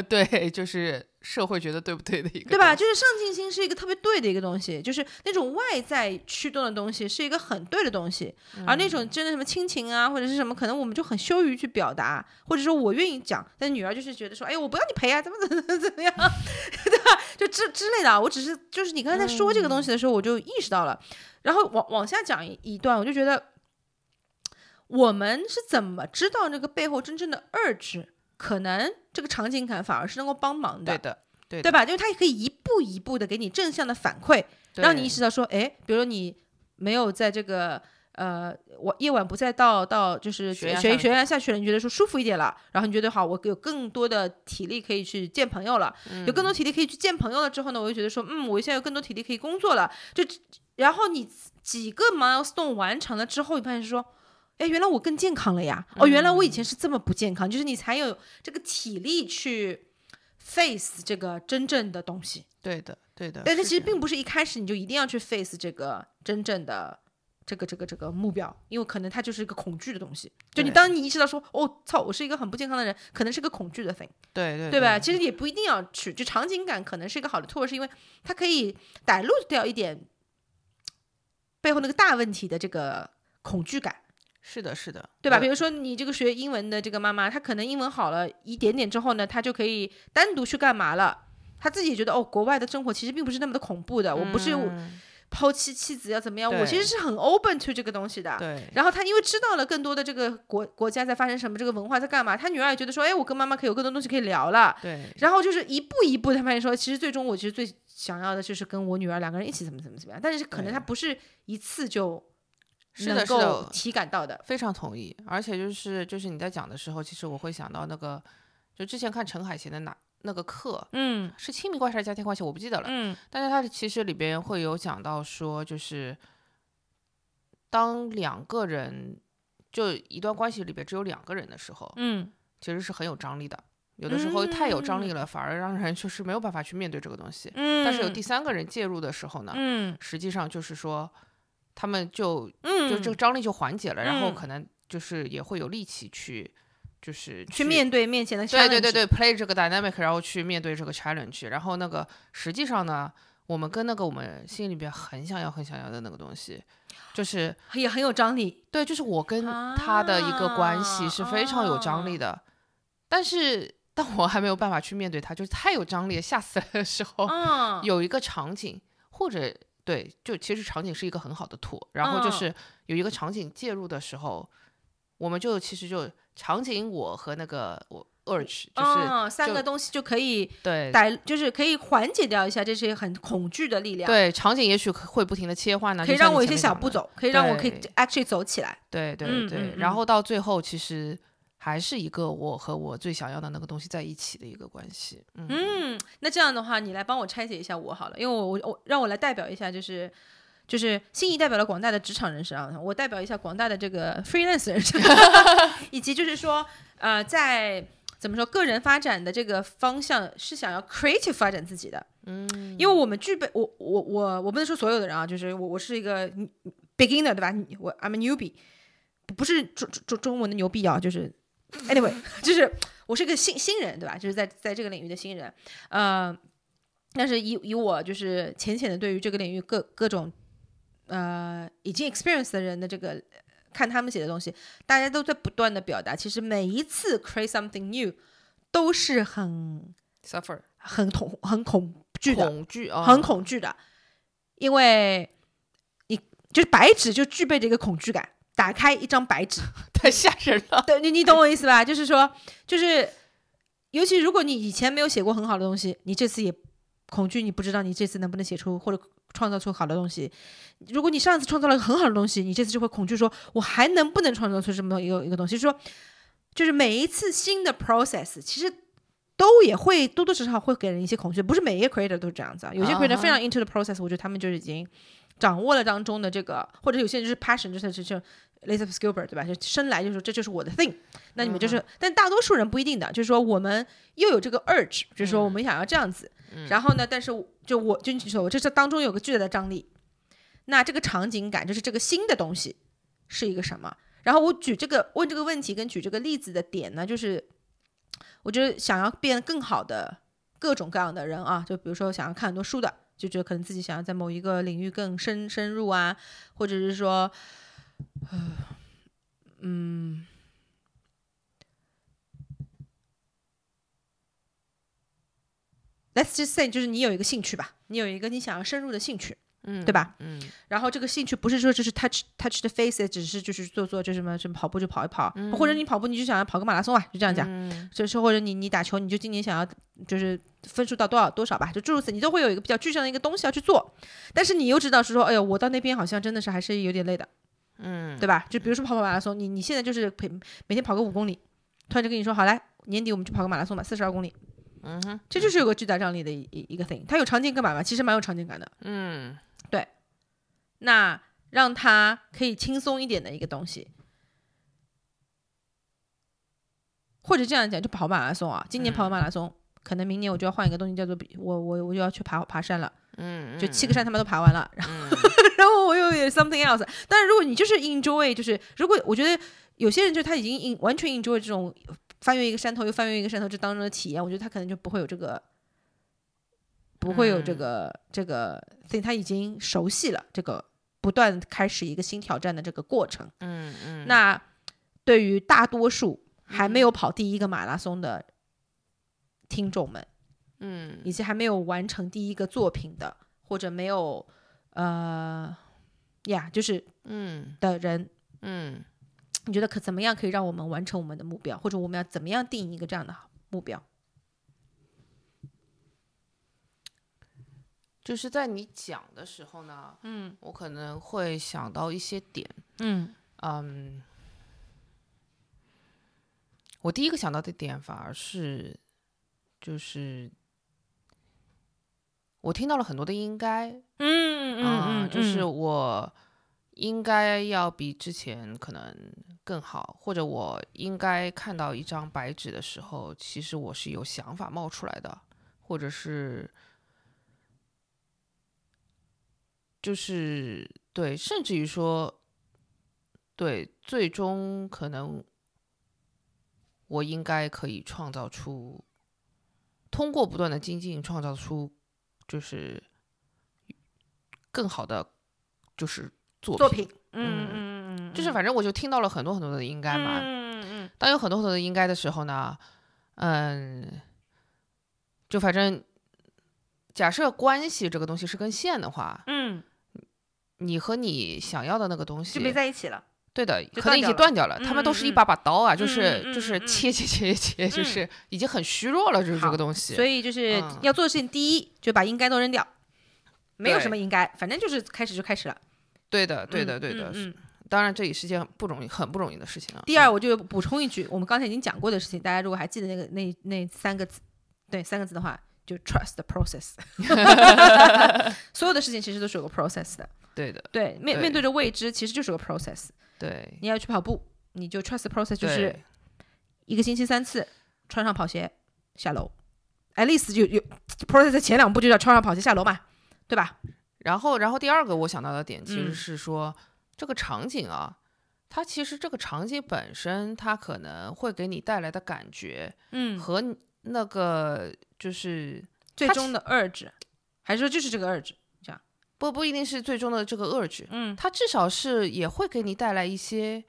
[SPEAKER 2] 对，就是社会觉得对不对的一个，
[SPEAKER 1] 对吧？？就是上进心是一个特别对的一个东西，就是那种外在驱动的东西是一个很对的东西，而那
[SPEAKER 2] 嗯
[SPEAKER 1] 种真的什么亲情啊或者是什么，可能我们就很羞于去表达，或者说我愿意讲，但女儿就是觉得说，哎，我不要你陪啊，怎么怎么怎么样， 对吧？就之之类的啊。我只是就是你刚才在说这个东西的时候，我就意识到了，然后往往下讲一一段，我就觉得我们是怎么知道那个背后真正的 urge，可能这个场景感反而是能够帮忙的
[SPEAKER 2] 对。的，对
[SPEAKER 1] 对
[SPEAKER 2] 的，
[SPEAKER 1] 吧？因为它也可以一步一步的给你正向的反馈，让你意
[SPEAKER 2] 对
[SPEAKER 1] 识到说，哎，比如说你没有在这个呃，我夜晚不再到到就是
[SPEAKER 2] 悬崖
[SPEAKER 1] 悬
[SPEAKER 2] 上
[SPEAKER 1] 悬崖下去了，你觉得说舒服一点了，然后你觉得好，我有更多的体力可以去见朋友了，
[SPEAKER 2] 嗯
[SPEAKER 1] 有更多体力可以去见朋友了之后呢，我就觉得说，嗯，我现在有更多体力可以工作了，就然后你几个 milestone 完成了之后，你发现说。哎，原来我更健康了呀！哦，原来我以
[SPEAKER 2] 嗯
[SPEAKER 1] 前是这么不健康，就是你才有这个体力去 face 这个真正的东西。
[SPEAKER 2] 对的，对的。
[SPEAKER 1] 但是
[SPEAKER 2] 是
[SPEAKER 1] 其实
[SPEAKER 2] 这样
[SPEAKER 1] 并不是一开始你就一定要去 face 这个真正的这个这个这个目标，因为可能它就是一个恐惧的东西。就你
[SPEAKER 2] 对
[SPEAKER 1] 当你意识到说，哦操，我是一个很不健康的人，可能是个恐惧的 thing，
[SPEAKER 2] 对对
[SPEAKER 1] 对吧？其实也不一定要去，就场景感可能是一个好的 tool，是因为它可以逮露掉一点背后那个大问题的这个恐惧感。
[SPEAKER 2] 是的，是的，
[SPEAKER 1] 对吧？
[SPEAKER 2] 我
[SPEAKER 1] 比如说你这个学英文的这个妈妈，她可能英文好了一点点之后呢，她就可以
[SPEAKER 2] 嗯
[SPEAKER 1] 单独去干嘛了。她自己觉得哦，国外的生活其实并不是那么的恐怖的，我不是抛妻弃子要怎么样，我
[SPEAKER 2] 对
[SPEAKER 1] 其实是很 open to 这个东西的。
[SPEAKER 2] 对，
[SPEAKER 1] 然后他因为知道了更多的这个国国家在发生什么，这个文化在干嘛，他女儿也觉得说，哎，我跟妈妈可以有更多东西可以聊了。
[SPEAKER 2] 对，
[SPEAKER 1] 然后就是一步一步，他发现说，其实最终我其实最想要的就是跟我女儿两个人一起怎么怎么怎么样，但是可能
[SPEAKER 2] 对
[SPEAKER 1] 他不是一次就是
[SPEAKER 2] 的
[SPEAKER 1] 能
[SPEAKER 2] 是的
[SPEAKER 1] 够体感到的。
[SPEAKER 2] 非常同意。而且就是就是你在讲的时候，其实我会想到那个，就之前看陈海贤的哪那个课。
[SPEAKER 1] 嗯
[SPEAKER 2] 是亲密关系还是家庭关系？我不记得了。
[SPEAKER 1] 嗯
[SPEAKER 2] 但是它其实里边会有讲到说，就是当两个人就一段关系里边只有两个人的时候，
[SPEAKER 1] 嗯，
[SPEAKER 2] 其实是很有张力的。有的时候太有张力了，反而让人就是没有办法去面对这个东西。
[SPEAKER 1] 嗯
[SPEAKER 2] 但是有第三个人介入的时候呢，
[SPEAKER 1] 嗯
[SPEAKER 2] 实际上就是说，他们就
[SPEAKER 1] 嗯，
[SPEAKER 2] 就这个张力就缓解了，然后
[SPEAKER 1] 嗯
[SPEAKER 2] 可能就是也会有力气去就是
[SPEAKER 1] 去面对面前的
[SPEAKER 2] 对对
[SPEAKER 1] challenge
[SPEAKER 2] 对对，play 这个 dynamic，然后去面对这个 challenge，然后那个实际上呢，我们跟那个我们心里边很想要、很想要的那个东西，就是
[SPEAKER 1] 也很有张力。
[SPEAKER 2] 对，就是我跟他的一个关系是非常有张
[SPEAKER 1] 啊
[SPEAKER 2] 力的，但是当我还没有办法去面对他，就是太有张力了，吓死了的时候，
[SPEAKER 1] 嗯，
[SPEAKER 2] 哦有一个场景或者。对，就其实场景是一个很好的 tool，然后就
[SPEAKER 1] 嗯
[SPEAKER 2] 是有一个场景介入的时候，我们就其实就场景我和那个我 urge 就是
[SPEAKER 1] 嗯三
[SPEAKER 2] 就
[SPEAKER 1] 个东西就可以
[SPEAKER 2] 对
[SPEAKER 1] 逮，就是可以缓解掉一下这些很恐惧的力量，，
[SPEAKER 2] 对，场景也许可会不停的切换呢，
[SPEAKER 1] 可以
[SPEAKER 2] 就像
[SPEAKER 1] 让
[SPEAKER 2] 你
[SPEAKER 1] 我有
[SPEAKER 2] 前
[SPEAKER 1] 些
[SPEAKER 2] 面
[SPEAKER 1] 小
[SPEAKER 2] 讲
[SPEAKER 1] 步
[SPEAKER 2] 的。
[SPEAKER 1] 走，可以让我可以
[SPEAKER 2] 对
[SPEAKER 1] actually 走起来。
[SPEAKER 2] 对对
[SPEAKER 1] 嗯
[SPEAKER 2] 对，
[SPEAKER 1] 嗯
[SPEAKER 2] 然
[SPEAKER 1] 嗯
[SPEAKER 2] 后到最后其实还是一个我和我最想要的那个东西在一起的一个关系。嗯，
[SPEAKER 1] 嗯，那这样的话，你来帮我拆解一下我好了，因为我我我让我来代表一下，就是就是心仪代表了广大的职场人士啊，我代表一下广大的这个 freelance 人士， 以及就是说呃，在怎么说个人发展的这个方向是想要 creative 发展自己的，嗯，因为我们具备我我我我不能说所有的人啊，就是我我是一个 beginner 对吧？你我 I'm a newbie，不是中中中中文的牛逼啊，就是 anyway，就是我是个新新人对吧？就是在在这个领域的新人，呃，但是以以我就是浅浅的对于这个领域各各种呃已经 experience 的人的这个看他们写的东西，大家都在不断的表达，其实每一次 create something new 都是很
[SPEAKER 2] suffer
[SPEAKER 1] 很恐很恐惧哦的，
[SPEAKER 2] 恐惧啊，
[SPEAKER 1] 很恐惧的，因为你就是白纸就具备着一个恐惧感。打开一张白纸，
[SPEAKER 2] 太吓人了。
[SPEAKER 1] 对你你懂我意思吧？就是说，就是，尤其如果你以前没有写过很好的东西，你这次也恐惧，你不知道你这次能不能写出或者创造出好的东西。如果你上次创造了一个很好的东西，你这次就会恐惧说，我还能不能创造出这么一个一个东西？就是说，就是每一次新的 process，其实。都也会多多少少会给人一些恐惧，不是每一个 creator 都是这样子啊。有些 creator 非常 into the process，、我觉得他们就是已经掌握了当中的这个，或者有些人就是 passion，就是就是 l i s a Skilber 对吧？就生来就说这就是我的 thing，那你们就是，但大多数人不一定的，就是说我们又有这个 urge，就是说我们想要这样子，然后呢，但是我就我就你说我这这当中有个巨大的张力，那这个场景感就是这个新的东西是一个什么？然后我举这个问这个问题跟举这个例子的点呢，就是我觉得想要变得更好的各种各样的人啊，就比如说想要看很多书的，就觉得可能自己想要在某一个领域更深深入啊，或者是说，呃，嗯。Let's just say，就是你有一个兴趣吧，你有一个你想要深入的兴趣，
[SPEAKER 2] 嗯，
[SPEAKER 1] 对吧？
[SPEAKER 2] 嗯，
[SPEAKER 1] 然后这个兴趣不是说就是 touch touch the face，只是就是做做就什么什么跑步就跑一跑，或者你跑步你就想要跑个马拉松吧，啊就这样讲。
[SPEAKER 2] 嗯
[SPEAKER 1] 就是或者你你打球，你就今年想要就是分数到多少多少吧，就诸如此，你都会有一个比较具象的一个东西要去做，但是你又知道是说，哎呦，我到那边好像真的是还是有点累的，
[SPEAKER 2] 嗯，
[SPEAKER 1] 对吧？就比如说跑跑马拉松，你你现在就是每每天跑个五公里，突然就跟你说，好来，年底我们去跑个马拉松吧，四十二公里，
[SPEAKER 2] 嗯哼，
[SPEAKER 1] 这就是有个巨大张力的一一一个 thing，它有场景感嘛，其实蛮有场景感的。
[SPEAKER 2] 嗯，
[SPEAKER 1] 那让他可以轻松一点的一个东西，或者这样讲，就跑马拉松啊，今年跑马拉松，可能明年我就要换一个东西，叫做比我我我就要去爬爬山了，
[SPEAKER 2] 嗯，
[SPEAKER 1] 就七
[SPEAKER 2] 嗯
[SPEAKER 1] 个山他妈都爬完了，然后、
[SPEAKER 2] 嗯
[SPEAKER 1] 然后我又有 something else。但是如果你就是 enjoy，就是如果我觉得有些人就他已经 en, 完全 enjoy 这种翻越一个山头又翻越一个山头这当中的体验，我觉得他可能就不会有这个。不会有这
[SPEAKER 2] 嗯
[SPEAKER 1] 个、这个 thing，他已经熟悉了这个不断开始一个新挑战的这个过程。
[SPEAKER 2] 嗯嗯，
[SPEAKER 1] 那对于大多数还没有跑第一个马拉松的听众们，
[SPEAKER 2] 嗯
[SPEAKER 1] 以及还没有完成第一个作品的，或者没有呃呀，就是
[SPEAKER 2] 嗯
[SPEAKER 1] 的人，
[SPEAKER 2] 嗯
[SPEAKER 1] 你觉得可怎么样可以让我们完成我们的目标，或者我们要怎么样定义一个这样的目标？
[SPEAKER 2] 就是在你讲的时候呢，嗯，我可能会想到一些点，
[SPEAKER 1] 嗯
[SPEAKER 2] 嗯，我第一个想到的点反而是，就是我听到了很多的应该，
[SPEAKER 1] 嗯
[SPEAKER 2] 啊
[SPEAKER 1] 嗯嗯，
[SPEAKER 2] 就是我应该要比之前可能更好，或者我应该看到一张白纸的时候，其实我是有想法冒出来的，或者是就是对，甚至于说，对，最终可能我应该可以创造出，通过不断的精进，创造出就是更好的就是作
[SPEAKER 1] 作
[SPEAKER 2] 品，
[SPEAKER 1] 品，嗯嗯嗯，
[SPEAKER 2] 就是反正我就听到了很多很多的应该嘛，
[SPEAKER 1] 嗯嗯
[SPEAKER 2] 当有很多很多的应该的时候呢，嗯，就反正假设关系这个东西是根线的话，
[SPEAKER 1] 嗯，
[SPEAKER 2] 你和你想要的那个东
[SPEAKER 1] 就没
[SPEAKER 2] 西，
[SPEAKER 1] 在一起了。
[SPEAKER 2] 对的，
[SPEAKER 1] 就
[SPEAKER 2] 可能
[SPEAKER 1] 断
[SPEAKER 2] 已
[SPEAKER 1] 掉
[SPEAKER 2] 经
[SPEAKER 1] 了
[SPEAKER 2] 断掉了。他们都是一把把刀啊，就
[SPEAKER 1] 嗯嗯
[SPEAKER 2] 是
[SPEAKER 1] 嗯
[SPEAKER 2] 就是
[SPEAKER 1] 嗯嗯
[SPEAKER 2] 切切切切切，就
[SPEAKER 1] 嗯
[SPEAKER 2] 是已经很虚弱了，就是这
[SPEAKER 1] 好
[SPEAKER 2] 个东西。
[SPEAKER 1] 所以就是
[SPEAKER 2] 嗯
[SPEAKER 1] 要做的事情，第一就把应该都扔掉，没有
[SPEAKER 2] 对
[SPEAKER 1] 什么应该，反正就是开始就开始了。
[SPEAKER 2] 对的，对的，
[SPEAKER 1] 嗯
[SPEAKER 2] 对的。
[SPEAKER 1] 嗯嗯
[SPEAKER 2] 当然，这也是件不容易、很不容易的事情啊。
[SPEAKER 1] 第二，我就补充一句，我们刚才已经讲过的事情，大家如果还记得那个那那三个字，对三个字的话，就 trust the process。所有的事情其实都是有个 process 的，
[SPEAKER 2] 嗯，对的，
[SPEAKER 1] 对面
[SPEAKER 2] 对
[SPEAKER 1] 面对着未知，其实就是个 process。
[SPEAKER 2] 对，
[SPEAKER 1] 你要去跑步，你就 trust the process，就是
[SPEAKER 2] 对
[SPEAKER 1] 一个星期三次，穿上跑鞋下楼。at least 就有 process 的前两步就叫穿上跑鞋下楼嘛，对吧？
[SPEAKER 2] 嗯然后，然后第二个我想到的点其实
[SPEAKER 1] 嗯
[SPEAKER 2] 是说，这个场景啊，它其实这个场景本身，它可能会给你带来的感觉
[SPEAKER 1] 嗯，
[SPEAKER 2] 和你那个就是
[SPEAKER 1] 最
[SPEAKER 2] 它
[SPEAKER 1] 终的遏制，还是说就是这个遏制？
[SPEAKER 2] 不不一定是最终的这个遏制，
[SPEAKER 1] 嗯
[SPEAKER 2] 它至少是也会给你带来一些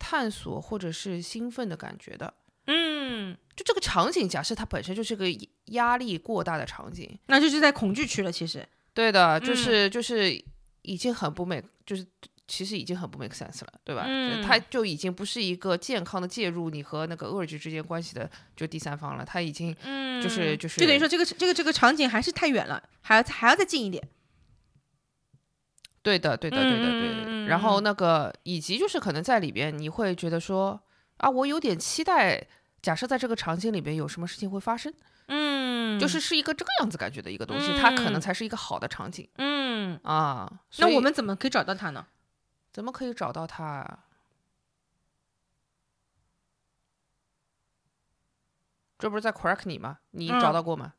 [SPEAKER 2] 探索或者是兴奋的感觉的。
[SPEAKER 1] 嗯，
[SPEAKER 2] 就这个场景，假设它本身就是个压力过大的场景，
[SPEAKER 1] 那就是在恐惧区了。其实，
[SPEAKER 2] 对的，
[SPEAKER 1] 嗯
[SPEAKER 2] 就是、就是已经很不 make，就是其实已经很不 make sense 了，对吧？
[SPEAKER 1] 嗯
[SPEAKER 2] 它就已经不是一个健康的介入你和那个恶局之间关系的就第三方了，它已经
[SPEAKER 1] 嗯
[SPEAKER 2] 就是就是
[SPEAKER 1] 就等于说这个这个这个场景还是太远了，还要还要再近一点。
[SPEAKER 2] 对的，对的，对的，对的。
[SPEAKER 1] 嗯嗯嗯
[SPEAKER 2] 然
[SPEAKER 1] 嗯
[SPEAKER 2] 后
[SPEAKER 1] 嗯
[SPEAKER 2] 那个以及就是可能在里边你会觉得说啊，我有点期待。假设在这个场景里边有什么事情会发生，
[SPEAKER 1] 嗯
[SPEAKER 2] 就是是一个这个样子感觉的一个东西，它可
[SPEAKER 1] 嗯
[SPEAKER 2] 能才是一个好的场景
[SPEAKER 1] 嗯，
[SPEAKER 2] 啊。所
[SPEAKER 1] 那
[SPEAKER 2] 以
[SPEAKER 1] 我们怎么可以找到它呢？
[SPEAKER 2] 怎么可以找到他啊？这不是在 correct 你吗？你
[SPEAKER 1] 嗯
[SPEAKER 2] 找到过吗？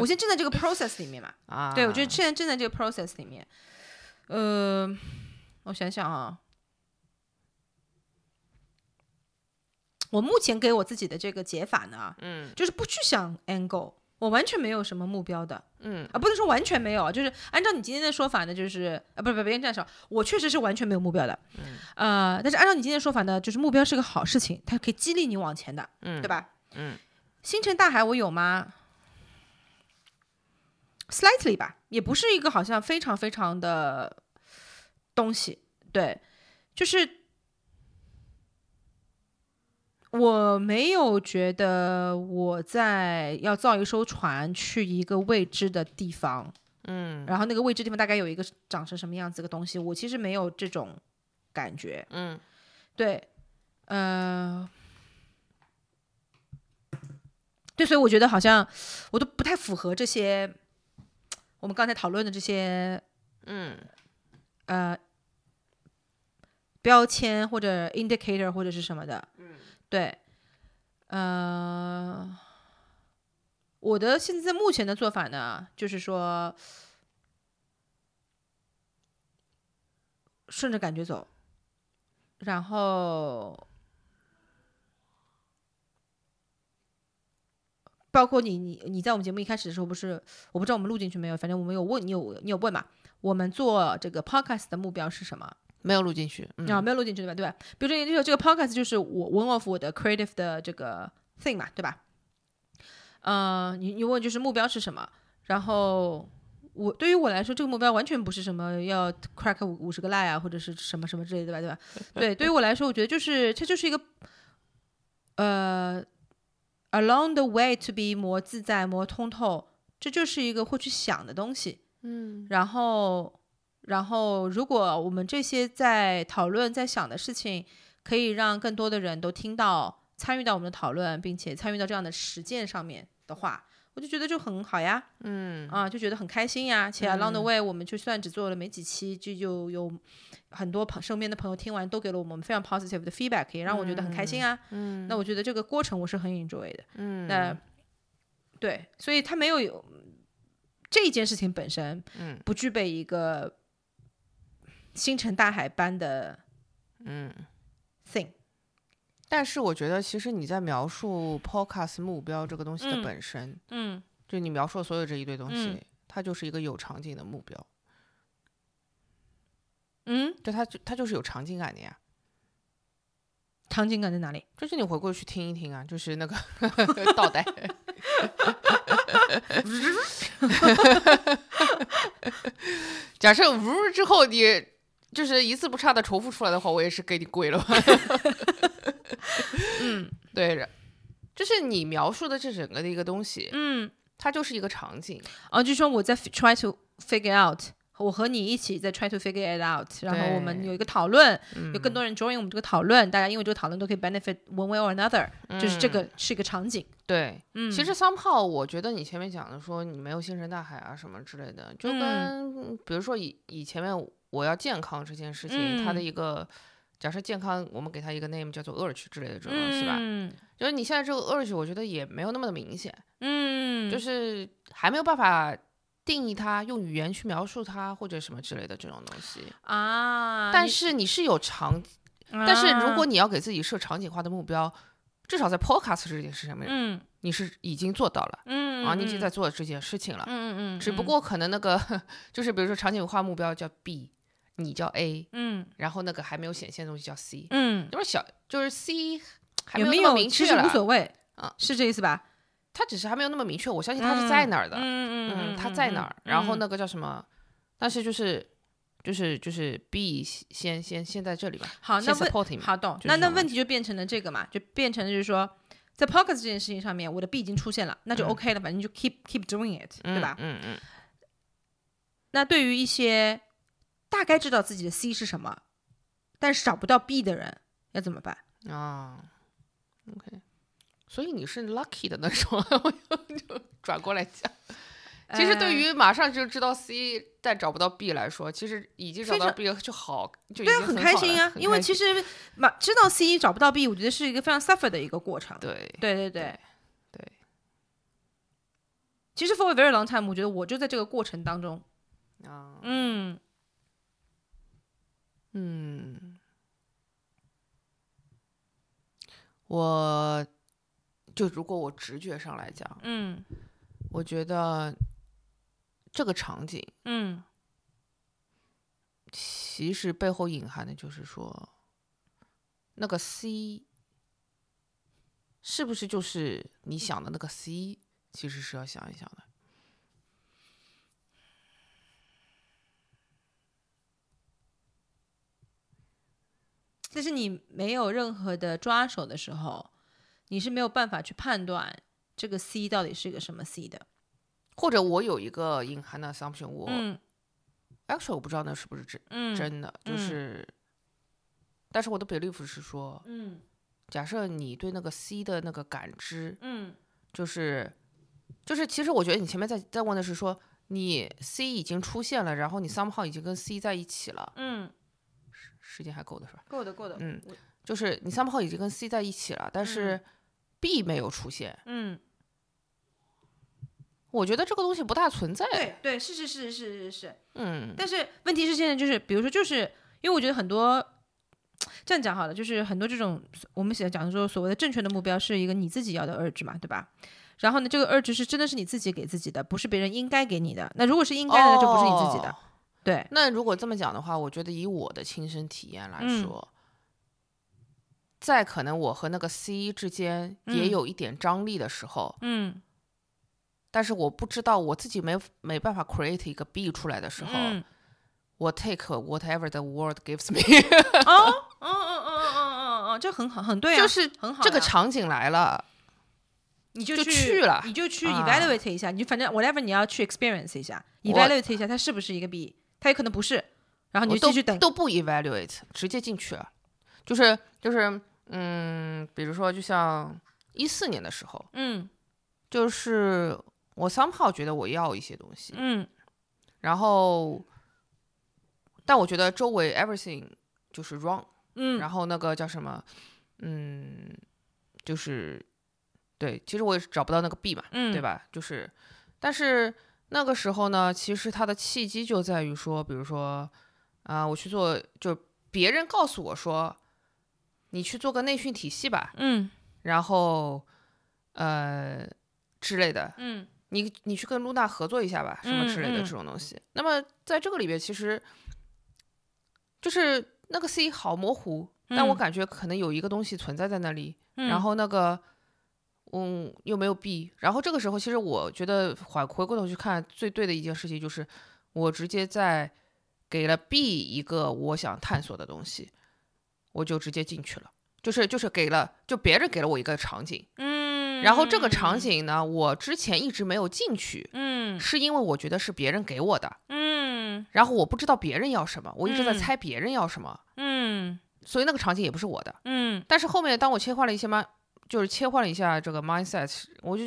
[SPEAKER 1] 我现在正在这个 process 里面嘛。
[SPEAKER 2] 啊，
[SPEAKER 1] 对，我觉得现在正在这个 process 里面。呃，我想想啊，我目前给我自己的这个解法呢，
[SPEAKER 2] 嗯
[SPEAKER 1] 就是不去想 angle，我完全没有什么目标的。
[SPEAKER 2] 嗯
[SPEAKER 1] 啊，不能说完全没有，啊，就是按照你今天的说法呢，就是啊，不不，不别这样说，我确实是完全没有目标的，嗯，呃，但是按照你今天的说法呢，就是目标是个好事情，它可以激励你往前的，
[SPEAKER 2] 嗯
[SPEAKER 1] 对吧？
[SPEAKER 2] 嗯，
[SPEAKER 1] 星辰大海我有吗？slightly 吧，也不是一个好像非常非常的东西，对，就是我没有觉得我在要造一艘船去一个未知的地方，
[SPEAKER 2] 嗯
[SPEAKER 1] 然后那个未知地方大概有一个长成什么样子的东西，我其实没有这种感觉。
[SPEAKER 2] 嗯
[SPEAKER 1] 对，呃，对，所以我觉得好像我都不太符合这些我们刚才讨论的这些
[SPEAKER 2] 嗯
[SPEAKER 1] 呃标签或者 indicator 或者是什么的。嗯，对，呃，我的现在目前的做法呢，就是说顺着感觉走，然后。包括你，你你在我们节目一开始的时候，不是我不知道我们录进去没有，反正我们有问你有你有问嘛，我们做这个 podcast 的目标是什么？
[SPEAKER 2] 没有录进去。嗯
[SPEAKER 1] 啊，没有录进去对吧？对吧？比如说，这个这个 podcast 就是我 one of 我的 creative 的这个 thing 嘛，对吧？呃，你你问就是目标是什么，然后我对于我来说，这个目标完全不是什么要 crack 五五十个 lie 啊，或者是什么什么之类的吧，对吧？对，对于我来说，我觉得就是它就是一个，呃，along the way to be more 自在、more 通透，这就是一个会去想的东西。
[SPEAKER 2] 嗯
[SPEAKER 1] 然后，然后，如果我们这些在讨论、在想的事情，可以让更多的人都听到、参与到我们的讨论，并且参与到这样的实践上面的话，我就觉得就很好呀，
[SPEAKER 2] 嗯
[SPEAKER 1] 啊，就觉得很开心呀。且 along the way，我们就算只做了没几期，就就有很多朋身边的朋友听完都给了我们非常 positive 的 feedback，也让我觉得很开心啊。
[SPEAKER 2] 嗯
[SPEAKER 1] 那我觉得这个过程我是很 enjoy 的。
[SPEAKER 2] 嗯
[SPEAKER 1] 那对，所以他没有有这一件事情本身，
[SPEAKER 2] 嗯，
[SPEAKER 1] 不具备一个星辰大海般的
[SPEAKER 2] 嗯。
[SPEAKER 1] thing。
[SPEAKER 2] 但是我觉得，其实你在描述 podcast 目标这个东西的
[SPEAKER 1] 嗯
[SPEAKER 2] 本身，
[SPEAKER 1] 嗯，
[SPEAKER 2] 就你描述所有这一堆东西，
[SPEAKER 1] 嗯
[SPEAKER 2] 它就是一个有场景的目标，
[SPEAKER 1] 嗯，
[SPEAKER 2] 就它就它就是有场景感的呀。
[SPEAKER 1] 场景感在哪里？
[SPEAKER 2] 就是你回过去听一听啊，就是那个 倒带， 假设呜之后你就是一字不差的重复出来的话，我也是给你跪 了。
[SPEAKER 1] 嗯
[SPEAKER 2] 对的，就是你描述的这整个的一个东西，
[SPEAKER 1] 嗯，
[SPEAKER 2] 它就是一个场景。
[SPEAKER 1] 哦，就说我在 try to figure out。我和你一起在 try to figure it out，然后我们
[SPEAKER 2] 对嗯
[SPEAKER 1] 有一个讨论，有更多人 join 我们这个讨论，大家因为这个讨论都可以 benefit one way or another，、就是这个是一个场景。
[SPEAKER 2] 嗯对，
[SPEAKER 1] 嗯，
[SPEAKER 2] 其实 somehow 我觉得你前面讲的说你没有星辰大海啊什么之类的，就
[SPEAKER 1] 嗯
[SPEAKER 2] 跟比如说以以前面我要健康这件事情，它的
[SPEAKER 1] 嗯
[SPEAKER 2] 一个假设健康，我们给它一个 name 叫做 urge 之类的这种东西吧，
[SPEAKER 1] 嗯
[SPEAKER 2] 就是你现在这个 urge 我觉得也没有那么的明显，
[SPEAKER 1] 嗯，
[SPEAKER 2] 就是还没有办法定义它，用语言去描述它或者什么之类的这种东西。
[SPEAKER 1] 啊，
[SPEAKER 2] 但
[SPEAKER 1] 你
[SPEAKER 2] 是你是有场，但是如果
[SPEAKER 1] 啊
[SPEAKER 2] 你要给自己设场景化的目标，至少在 podcast 这件事上面，
[SPEAKER 1] 嗯
[SPEAKER 2] 你是已经做到了。
[SPEAKER 1] 嗯
[SPEAKER 2] 啊，你已
[SPEAKER 1] 嗯
[SPEAKER 2] 经在做这件事情了。
[SPEAKER 1] 嗯嗯嗯，
[SPEAKER 2] 只不
[SPEAKER 1] 嗯
[SPEAKER 2] 过可能那个 就是，比如说场景化目标叫 B，你叫 A，
[SPEAKER 1] 嗯
[SPEAKER 2] 然后那个还没有显现的东西叫 C，
[SPEAKER 1] 嗯，
[SPEAKER 2] 就是小就是 C 还
[SPEAKER 1] 有
[SPEAKER 2] 没那
[SPEAKER 1] 有
[SPEAKER 2] 么明
[SPEAKER 1] 其
[SPEAKER 2] 确
[SPEAKER 1] 实
[SPEAKER 2] 了
[SPEAKER 1] 无，所谓
[SPEAKER 2] 啊
[SPEAKER 1] 是这意思吧？
[SPEAKER 2] 它只是还没有那么明确。我相信它是在哪儿的，
[SPEAKER 1] 嗯
[SPEAKER 2] 它在哪儿？然后
[SPEAKER 1] 嗯
[SPEAKER 2] 那个叫什么？但是就是就是就是 B 先先先在这里吧，
[SPEAKER 1] 好，那
[SPEAKER 2] 先
[SPEAKER 1] 问
[SPEAKER 2] support 你们。
[SPEAKER 1] 好懂，
[SPEAKER 2] 就
[SPEAKER 1] 那
[SPEAKER 2] 是
[SPEAKER 1] 那
[SPEAKER 2] 这种
[SPEAKER 1] 问
[SPEAKER 2] 东
[SPEAKER 1] 题就变成了这个嘛，就变成了就是说，在 p o c k e t 这件事情上面，我的 B 已经出现了，那就
[SPEAKER 2] 嗯
[SPEAKER 1] OK 了，反正就 keep keep doing it，对吧？
[SPEAKER 2] 嗯嗯
[SPEAKER 1] 那对于一些大概知道自己的 C 是什么，但是找不到 B 的人，要怎么办？
[SPEAKER 2] 嗯啊，OK。所以你是 lucky 的那种， 我就就转过来讲。其实对
[SPEAKER 1] 呃
[SPEAKER 2] 于马上就知道 C 但找不到 B 来说，其实已经找
[SPEAKER 1] 非
[SPEAKER 2] 到
[SPEAKER 1] 常
[SPEAKER 2] B 就好，就已
[SPEAKER 1] 对啊，
[SPEAKER 2] 经
[SPEAKER 1] 很
[SPEAKER 2] 很
[SPEAKER 1] 开
[SPEAKER 2] 好
[SPEAKER 1] 心
[SPEAKER 2] 了
[SPEAKER 1] 啊，
[SPEAKER 2] 很
[SPEAKER 1] 因为
[SPEAKER 2] 开
[SPEAKER 1] 其
[SPEAKER 2] 心
[SPEAKER 1] 实嘛，知道 C 找不到 B，我觉得是一个非常 suffer 的一个过程。
[SPEAKER 2] 对
[SPEAKER 1] 对对对
[SPEAKER 2] 对对
[SPEAKER 1] 其实 for a very long time，我觉得我就在这个过程当中，
[SPEAKER 2] 啊，
[SPEAKER 1] 嗯，
[SPEAKER 2] 嗯，我就如果我直觉上来讲，
[SPEAKER 1] 嗯
[SPEAKER 2] 我觉得这个场景
[SPEAKER 1] 嗯
[SPEAKER 2] 其实背后隐含的就是说，那个 C 是不是就是你想的那个 C？其实是要想一想的。
[SPEAKER 1] 但是你没有任何的抓手的时候，你是没有办法去判断这个 C 到底是个什么 C 的。
[SPEAKER 2] 或者我有一个隐含的 assumption，我、
[SPEAKER 1] 嗯
[SPEAKER 2] actually 我不知道那是不是真、
[SPEAKER 1] 嗯
[SPEAKER 2] 真的，就
[SPEAKER 1] 嗯
[SPEAKER 2] 是，但是我的 belief 是说，
[SPEAKER 1] 嗯
[SPEAKER 2] 假设你对那个 C 的那个感知，
[SPEAKER 1] 嗯
[SPEAKER 2] 就是就是，其实我觉得你前面在在问的是说，你 C 已经出现了，然后你 somehow 已经跟 C 在一起了，
[SPEAKER 1] 嗯，
[SPEAKER 2] 时间还够的是吧？
[SPEAKER 1] 够的够的，
[SPEAKER 2] 嗯
[SPEAKER 1] 我，
[SPEAKER 2] 就是你 somehow 已经跟 C 在一起了，但是 B 没有出现，
[SPEAKER 1] 嗯，
[SPEAKER 2] 我觉得这个东西不大存在。
[SPEAKER 1] 对对，是是是是是是。
[SPEAKER 2] 嗯
[SPEAKER 1] 但是问题是现在就是，比如说就是因为我觉得很多。这样讲好了，就是很多这种我们想讲说所谓的正确的目标是一个你自己要的 urge 嘛，对吧？然后呢，这个 urge 是真的是你自己给自己的，不是别人应该给你的。那如果是应该的，那就不是你自己的
[SPEAKER 2] 哦。
[SPEAKER 1] 对，
[SPEAKER 2] 那如果这么讲的话，我觉得以我的亲身体验来
[SPEAKER 1] 嗯
[SPEAKER 2] 说，在可能我和那个 C 之间也
[SPEAKER 1] 嗯
[SPEAKER 2] 有一点张力的时候，
[SPEAKER 1] 嗯
[SPEAKER 2] 但是我不知道我自己没没办法 create 一个 B 出来的时候，
[SPEAKER 1] 嗯，
[SPEAKER 2] 我 take whatever the world gives me，、
[SPEAKER 1] 哦，嗯嗯嗯嗯嗯嗯嗯，这很好，很 对啊，
[SPEAKER 2] 就是
[SPEAKER 1] 很好呀。
[SPEAKER 2] 这个场景来了，
[SPEAKER 1] 你就
[SPEAKER 2] 就
[SPEAKER 1] 去
[SPEAKER 2] 去了
[SPEAKER 1] 你就去
[SPEAKER 2] 啊
[SPEAKER 1] evaluate 一下，你就反正 whatever 你要去 experience 一下
[SPEAKER 2] 我
[SPEAKER 1] ，evaluate 一下它是不是一个 B，它也可能不是，然啊后你
[SPEAKER 2] 我
[SPEAKER 1] 就
[SPEAKER 2] 都
[SPEAKER 1] 继续等。
[SPEAKER 2] 都不 evaluate，直接进去，就是就是嗯，比如说就像一四年的时候，
[SPEAKER 1] 嗯
[SPEAKER 2] 就是我 somehow 觉得我要一些东西，
[SPEAKER 1] 嗯
[SPEAKER 2] 然后，但我觉得周围 everything 就是 wrong，、
[SPEAKER 1] 嗯
[SPEAKER 2] 然后那个叫什么，嗯，就是对，其实我也是找不到那个 B 嘛，
[SPEAKER 1] 嗯，
[SPEAKER 2] 对？吧？就是，但是那个时候呢，其实它的契机就在于说，比如说啊、我去做，就别人告诉我说，你去做个内训体系吧，
[SPEAKER 1] 嗯
[SPEAKER 2] 然后呃之类的，
[SPEAKER 1] 嗯
[SPEAKER 2] 你你去跟露娜合作一下吧，什么之类的
[SPEAKER 1] 嗯嗯
[SPEAKER 2] 这种东西。那么在这个里边，其实就是那个 C 好模糊，但我
[SPEAKER 1] 嗯
[SPEAKER 2] 感觉可能有一个东西存在在那里，
[SPEAKER 1] 嗯，
[SPEAKER 2] 然后那个嗯又没有 B，然后这个时候其实我觉得回回过头去看最对的一件事情就是，我直接在给了 B 一个我想探索的东西，我就直接进去了，就是就是给了就别人给了我一个场景。
[SPEAKER 1] 嗯，
[SPEAKER 2] 然后这个场景呢，我之前一直没有进去，
[SPEAKER 1] 嗯
[SPEAKER 2] 是因为我觉得是别人给我的，
[SPEAKER 1] 嗯
[SPEAKER 2] 然后我不知道别人要什么，我一直在
[SPEAKER 1] 嗯
[SPEAKER 2] 猜别人要什么，
[SPEAKER 1] 嗯
[SPEAKER 2] 所以那个场景也不是我的。
[SPEAKER 1] 嗯
[SPEAKER 2] 但是后面当我切换了一些 m 就是切换了一下这个 mindset，我就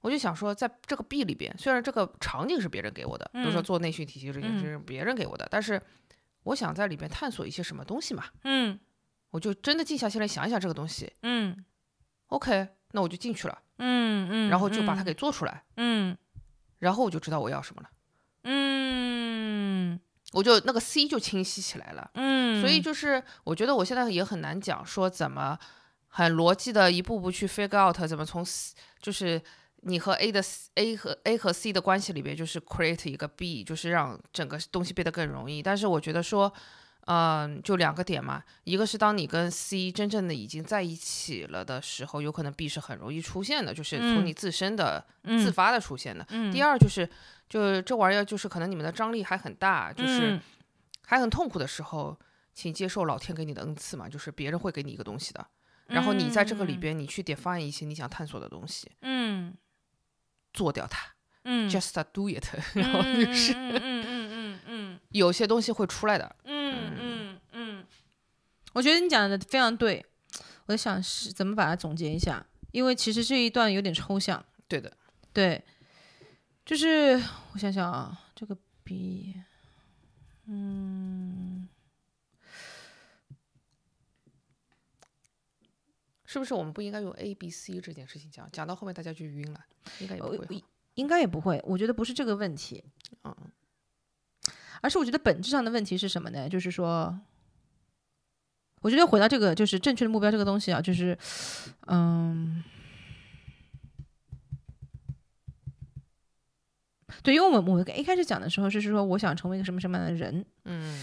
[SPEAKER 2] 我就想说，在这个 B 里边，虽然这个场景是别人给我的，比如说
[SPEAKER 1] 嗯
[SPEAKER 2] 做内训体系这件事是别人给我的，但是我想在里边探索一些什么东西嘛，
[SPEAKER 1] 嗯
[SPEAKER 2] 我就真的静下心来想一想这个东西。
[SPEAKER 1] 嗯
[SPEAKER 2] OK，那我就进去了，
[SPEAKER 1] 嗯嗯，
[SPEAKER 2] 然后就把它
[SPEAKER 1] 嗯
[SPEAKER 2] 给做出来，
[SPEAKER 1] 嗯
[SPEAKER 2] 然后我就知道我要什么了，
[SPEAKER 1] 嗯
[SPEAKER 2] 我就那个 C 就清晰起来了。
[SPEAKER 1] 嗯，
[SPEAKER 2] 所以就是我觉得我现在也很难讲说怎么很逻辑的一步步去 figure out 怎么从 C- 就是你和 A 的 C- A 和 A 和 C 的关系里边，就是 create 一个 B，就是让整个东西变得更容易。但是我觉得说。嗯，就两个点嘛，一个是当你跟 C 真正的已经在一起了的时候，有可能 B 是很容易出现的，就是从
[SPEAKER 1] 嗯
[SPEAKER 2] 你自身的、
[SPEAKER 1] 嗯
[SPEAKER 2] 自发的出现的。
[SPEAKER 1] 嗯
[SPEAKER 2] 第二就是，就是这玩意儿就是可能你们的张力还很大，就是、
[SPEAKER 1] 嗯
[SPEAKER 2] 还很痛苦的时候，请接受老天给你的恩赐嘛，就是别人会给你一个东西的，然后你在这个里边，你去 define 一些你想探索的东西，
[SPEAKER 1] 嗯
[SPEAKER 2] 做掉它、
[SPEAKER 1] 嗯
[SPEAKER 2] j u s t do it，然 后就是
[SPEAKER 1] 嗯嗯嗯嗯嗯。
[SPEAKER 2] 有些东西会出来的，
[SPEAKER 1] 嗯嗯嗯，我觉得你讲的非常对，我想是怎么把它总结一下，因为其实这一段有点抽象。
[SPEAKER 2] 对的，
[SPEAKER 1] 对，就是我想想啊，这个 B，嗯，
[SPEAKER 2] 是不是？我们不应该用 A、B、C 这件事情讲，讲到后面大家就晕了，应该也
[SPEAKER 1] 呃
[SPEAKER 2] 不
[SPEAKER 1] 我
[SPEAKER 2] 会
[SPEAKER 1] 我
[SPEAKER 2] 哈。
[SPEAKER 1] 应该也不会，我觉得不是这个问题，
[SPEAKER 2] 嗯，
[SPEAKER 1] 而是我觉得本质上的问题是什么呢？就是说，我觉得回到这个就是正确的目标这个东西啊，就是，嗯，对，因为我们我们一开始讲的时候是说我想成为一个什么什么样的人，
[SPEAKER 2] 嗯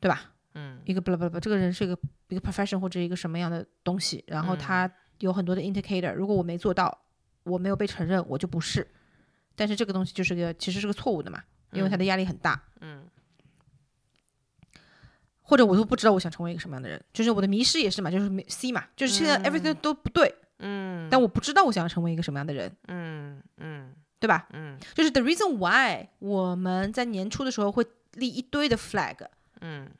[SPEAKER 1] 对吧？
[SPEAKER 2] 嗯
[SPEAKER 1] 一个不啦不啦不啦，这个人是一个一个 profession 或者一个什么样的东西，然后
[SPEAKER 2] 嗯
[SPEAKER 1] 他有很多的 indicator，如果我没做到，我没有被承认，我就不是。但是这个东西就是个其实是个错误的嘛，因为他的压力很大。
[SPEAKER 2] 嗯
[SPEAKER 1] 或者我都不知道我想成为一个什么样的人，就是我的迷失也是嘛，就是没 C 嘛，就是现在 everything 都不对，
[SPEAKER 2] 嗯
[SPEAKER 1] 但我不知道我想要成为一个什么样的人，
[SPEAKER 2] 嗯嗯
[SPEAKER 1] 对吧？
[SPEAKER 2] 嗯
[SPEAKER 1] 就是 the reason why 我们在年初的时候会立一堆的 flag，
[SPEAKER 2] 嗯，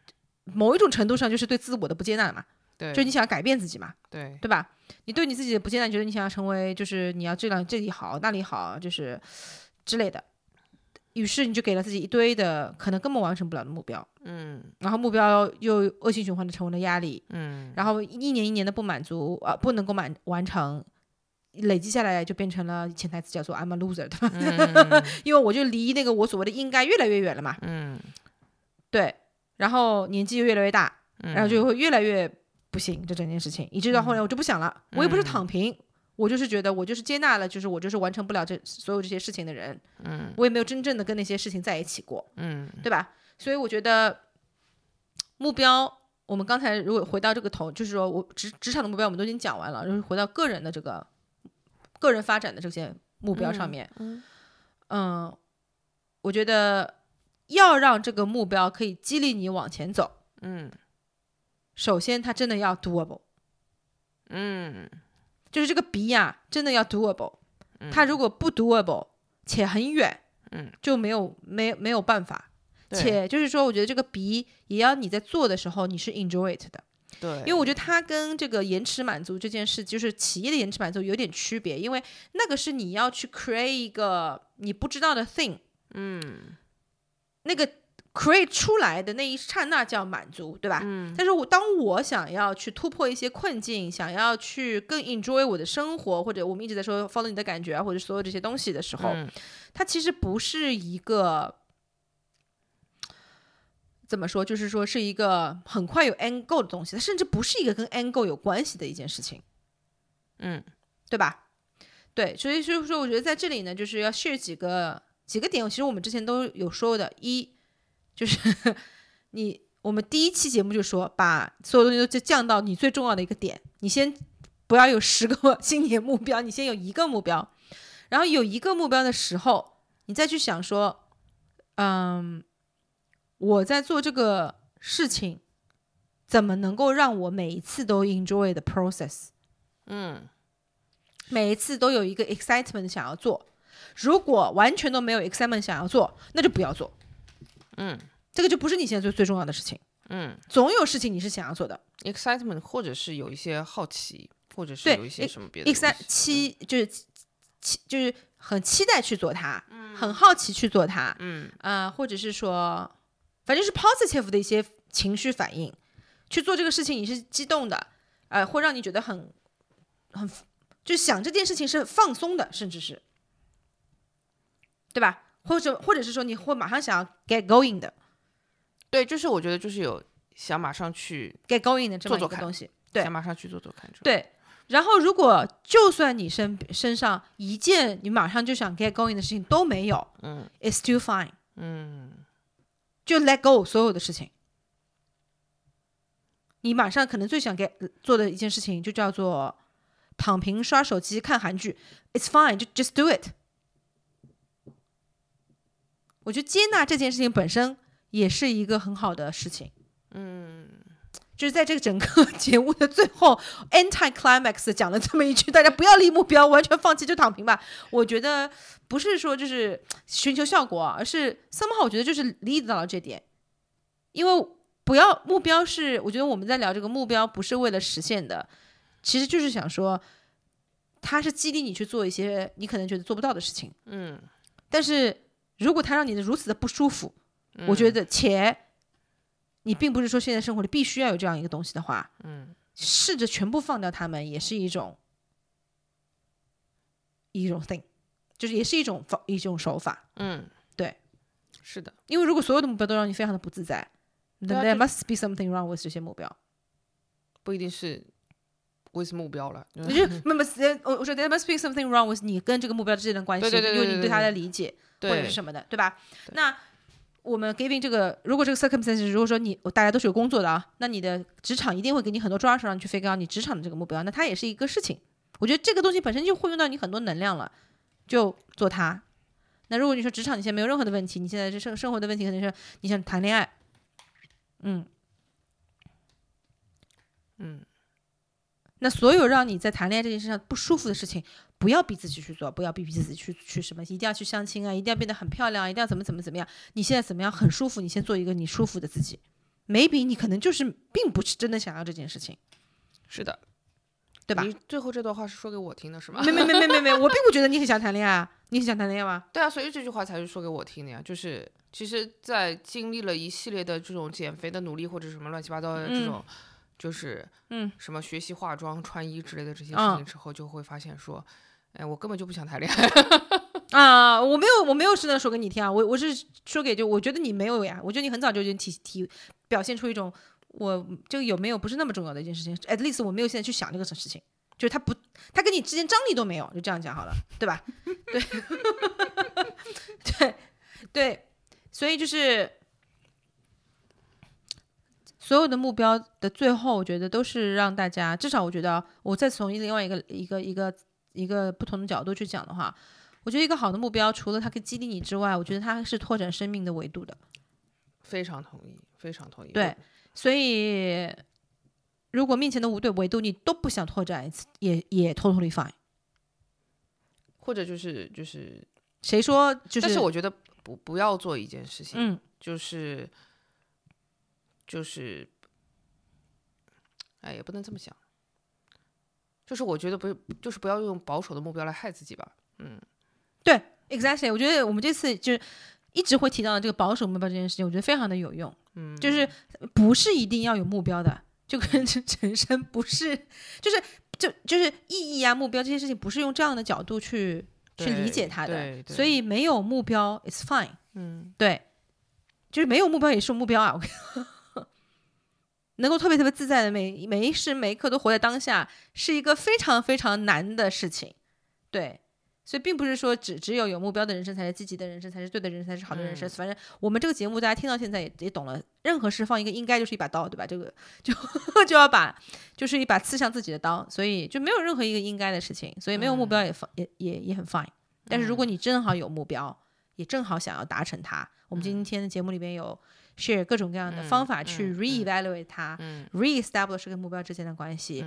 [SPEAKER 1] 某一种程度上就是对自我的不接纳嘛，
[SPEAKER 2] 对，
[SPEAKER 1] 就是你想要改变自己嘛，
[SPEAKER 2] 对，
[SPEAKER 1] 对吧？你对你自己的不接纳，你觉得你想要成为，就是你要这样这里好那里好，就是之类的，于是你就给了自己一堆的可能根本完成不了的目标，
[SPEAKER 2] 嗯
[SPEAKER 1] 然后目标又恶性循环的成为了压力，
[SPEAKER 2] 嗯
[SPEAKER 1] 然后一年一年的不满足，呃，不能够满完成，累积下来就变成了潜台词叫做 I'm a loser，对吧？
[SPEAKER 2] 嗯
[SPEAKER 1] 因为我就离那个我所谓的应该越来越远了嘛，
[SPEAKER 2] 嗯，
[SPEAKER 1] 对，然后年纪又越来越大，
[SPEAKER 2] 嗯
[SPEAKER 1] 然后就会越来越不行，这整件事情，以至于到后来我就不想了，我也
[SPEAKER 2] 嗯
[SPEAKER 1] 不是躺平。我就是觉得，我就是接纳了，就是我就是完成不了这所有这些事情的人，
[SPEAKER 2] 嗯
[SPEAKER 1] 我也没有真正的跟那些事情在一起过。
[SPEAKER 2] 嗯
[SPEAKER 1] 对吧？所以我觉得目标，我们刚才如果回到这个头，就是说我职职场的目标我们都已经讲完了，就是回到个人的这个个人发展的这些目标上
[SPEAKER 2] 嗯
[SPEAKER 1] 面，
[SPEAKER 2] 嗯
[SPEAKER 1] 嗯，我觉得要让这个目标可以激励你往前走，
[SPEAKER 2] 嗯
[SPEAKER 1] 首先它真的要 doable，
[SPEAKER 2] 嗯
[SPEAKER 1] 就是这个笔呀、真的要 doable
[SPEAKER 2] 嗯。
[SPEAKER 1] 它如果不 doable 且很远，
[SPEAKER 2] 嗯，
[SPEAKER 1] 就没有没没有办法。
[SPEAKER 2] 对
[SPEAKER 1] 且就是说，我觉得这个笔也要你在做的时候你是 enjoy it 的，
[SPEAKER 2] 对，
[SPEAKER 1] 因为我觉得它跟这个延迟满足这件事，就是企业的延迟满足有点区别，因为那个是你要去 create 一个你不知道的 thing，
[SPEAKER 2] 嗯
[SPEAKER 1] 那个 create 出来的那一刹那叫满足，对吧？
[SPEAKER 2] 嗯
[SPEAKER 1] 但是我当我想要去突破一些困境，想要去更 enjoy 我的生活，或者我们一直在说 follow 你的感觉啊，或者所有这些东西的时候，
[SPEAKER 2] 嗯
[SPEAKER 1] 它其实不是一个怎么说，就是说是一个很快有 end goal 的东西，它甚至不是一个跟 end goal 有关系的一件事情，
[SPEAKER 2] 嗯
[SPEAKER 1] 对吧？对，所以就是说，我觉得在这里呢，就是要 share 几个几个点，其实我们之前都有说的，一就是 你我们第一期节目就说，把所有东西都就降到你最重要的一个点，你先不要有十个 新年目标，你先有一个目标，然后有一个目标的时候，你再去想说，嗯，我在做这个事情，怎么能够让我每一次都 enjoy the process？
[SPEAKER 2] 嗯
[SPEAKER 1] 每一次都有一个 excitement 想要做。如果完全都没有 excitement 想要做，那就不要做。
[SPEAKER 2] 嗯，
[SPEAKER 1] 这个就不是你现在最最重要的事情。
[SPEAKER 2] 嗯
[SPEAKER 1] 总有事情你是想要做的。
[SPEAKER 2] ，excitement 或者是有一些好奇，或者是
[SPEAKER 1] 对
[SPEAKER 2] 有一些什么别的东
[SPEAKER 1] excite
[SPEAKER 2] 西
[SPEAKER 1] 期
[SPEAKER 2] 嗯
[SPEAKER 1] 就是期就是很期待去做它，很好奇去做它，
[SPEAKER 2] 嗯
[SPEAKER 1] 啊、或者是说，反正是 positive 的一些情绪反应，去做这个事情你是激动的，呃，会让你觉得很很就想这件事情是放松的，甚至是，对吧？或者或者是说你会马上想要 get going 的
[SPEAKER 2] 对，就是我觉得就是有想马上去
[SPEAKER 1] ，get going 的这么
[SPEAKER 2] 做做
[SPEAKER 1] 一个
[SPEAKER 2] 看
[SPEAKER 1] 东西。对
[SPEAKER 2] 想马上去做做看，这种
[SPEAKER 1] 对，然后如果就算你身身上一件你马上就想 get going 的事情都没有，
[SPEAKER 2] 嗯
[SPEAKER 1] ，it's still fine，
[SPEAKER 2] 嗯
[SPEAKER 1] 就 let go 所有的事情。你马上可能最想 get 做的一件事情就叫做躺平、刷手机、看韩剧，it's fine，就 just do it。我觉得接纳这件事情本身也是一个很好的事情。
[SPEAKER 2] 嗯，
[SPEAKER 1] 就是在这个整个 节目的最后，anti climax 讲了这么一句：大家不要立目标，完全放弃就躺平吧。 我觉得不是说就是寻求效果，而是 somehow 我觉得就是 lead 到了这点，因为不要目标是，我觉得我们在聊这个目标不是为了实现的，其实就是想说，它是激励你去做一些你可能觉得做不到的事情。
[SPEAKER 2] 嗯，
[SPEAKER 1] 但是如果它让你的如此的不舒服，我觉
[SPEAKER 2] 得
[SPEAKER 1] 得，且你并不是说现在生活里必须要有这样一个东西的话，
[SPEAKER 2] 嗯
[SPEAKER 1] 试着全部放掉它们，也是一种一种 thing，就是也是一种方一种手法。
[SPEAKER 2] 嗯
[SPEAKER 1] 对，
[SPEAKER 2] 是的，
[SPEAKER 1] 因为如果所有的目标都让你非常的不自在，then
[SPEAKER 2] 对啊
[SPEAKER 1] there
[SPEAKER 2] 这
[SPEAKER 1] must be something wrong with 这些目标。
[SPEAKER 2] 不一定是 with 目标了，
[SPEAKER 1] 也就没没，我我说 there must be something wrong with 你跟这个目标之间的关系，
[SPEAKER 2] 对对对对
[SPEAKER 1] 因为你
[SPEAKER 2] 对
[SPEAKER 1] 对它
[SPEAKER 2] 对
[SPEAKER 1] 的理解。或者
[SPEAKER 2] 对
[SPEAKER 1] 是什么的，对吧？
[SPEAKER 2] 对
[SPEAKER 1] 那我们 giving 这个，如果这个 circumstances，如果说你大家都是有工作的啊，那你的职场一定会给你很多抓手，让你去 figure out 你职场的这个目标，那它也是一个事情。我觉得这个东西本身就会用到你很多能量了，就做它。那如果你说职场你现在没有任何的问题，你现在这生生活的问题可能是你想谈恋爱，嗯，
[SPEAKER 2] 嗯
[SPEAKER 1] 那所有让你在谈恋爱这件事上不舒服的事情，不要逼自己去做，不要逼逼自己去去什么，一定要去相亲啊，一定要变得很漂亮啊，一定要怎么怎么怎么样。你现在怎么样很舒服，你先做一个你舒服的自己。maybe 你可能就是并不是真的想要这件事情，
[SPEAKER 2] 是的，
[SPEAKER 1] 对吧
[SPEAKER 2] 你？最后这段话是说给我听的是吗？
[SPEAKER 1] 没没没没没没，我并不觉得你很想谈恋爱啊，你很想谈恋爱吗？
[SPEAKER 2] 对啊，所以这句话才是说给我听的呀。就是其实，在经历了一系列的这种减肥的努力或者什么乱七八糟的这
[SPEAKER 1] 嗯
[SPEAKER 2] 种，就是
[SPEAKER 1] 嗯
[SPEAKER 2] 什么学习化妆、穿衣之类的这些事
[SPEAKER 1] 嗯
[SPEAKER 2] 情之后，就会发现说，哎，我根本就不想谈恋爱。
[SPEAKER 1] 啊、我没有我没有真的说给你听啊，我我是说给就我觉得你没有呀，我觉得你很早就已经体体表现出一种我这个有没有不是那么重要的一件事情，at least 我没有现在去想这个事情，就是他不他跟你之间张力都没有，就这样讲好了，对吧？ 对，对对，所以就是所有的目标的最后，我觉得都是让大家至少我觉得啊我再从另外一个一个一个一个不同的角度去讲的话，我觉得一个好的目标，除了它可以激励你之外，我觉得它是拓展生命的维度的。
[SPEAKER 2] 非常同意，非常同意。
[SPEAKER 1] 对，所以如果面前的五对维度你都不想拓展，也也 totally fine。
[SPEAKER 2] 或者就是就是，
[SPEAKER 1] 谁说就是？
[SPEAKER 2] 但是我觉得不不要做一件事情，
[SPEAKER 1] 嗯，
[SPEAKER 2] 就是就是，哎，也不能这么想，就是我觉得不是，就是不要用保守的目标来害自己吧。
[SPEAKER 1] 对，exactly。我觉得我们这次就是一直会提到的这个保守目标这件事情，我觉得非常的有用。嗯，就是不是一定要有目标的，就跟 人生不是，就是就就是意义啊、目标这些事情，不是用这样的角度去去理解
[SPEAKER 2] 对
[SPEAKER 1] 它的
[SPEAKER 2] 对。对
[SPEAKER 1] 所以没有目标，it's fine。
[SPEAKER 2] 嗯，
[SPEAKER 1] 对，就是没有目标也是目标啊。我 能够特别特别自在的每每一时每一刻都活在当下，是一个非常非常难的事情。对，所以并不是说只只有有目标的人生才是积极的人生，才是对的人生，才是好的人生。反正我们这个节目大家听到现在也也懂了，任何释放一个应该就是一把刀，对吧？这个就就要把就是一把刺向自己的刀，所以就没有任何一个应该的事情，所以没有目标也、也也也很 fine。但是如果你正好有目标，也正好想要达成它，我们今天的节目里边有 share 各种各样的方法去 reevaluate
[SPEAKER 2] 嗯
[SPEAKER 1] 它、r e e s t a b l i s h 这个目标之间的关系、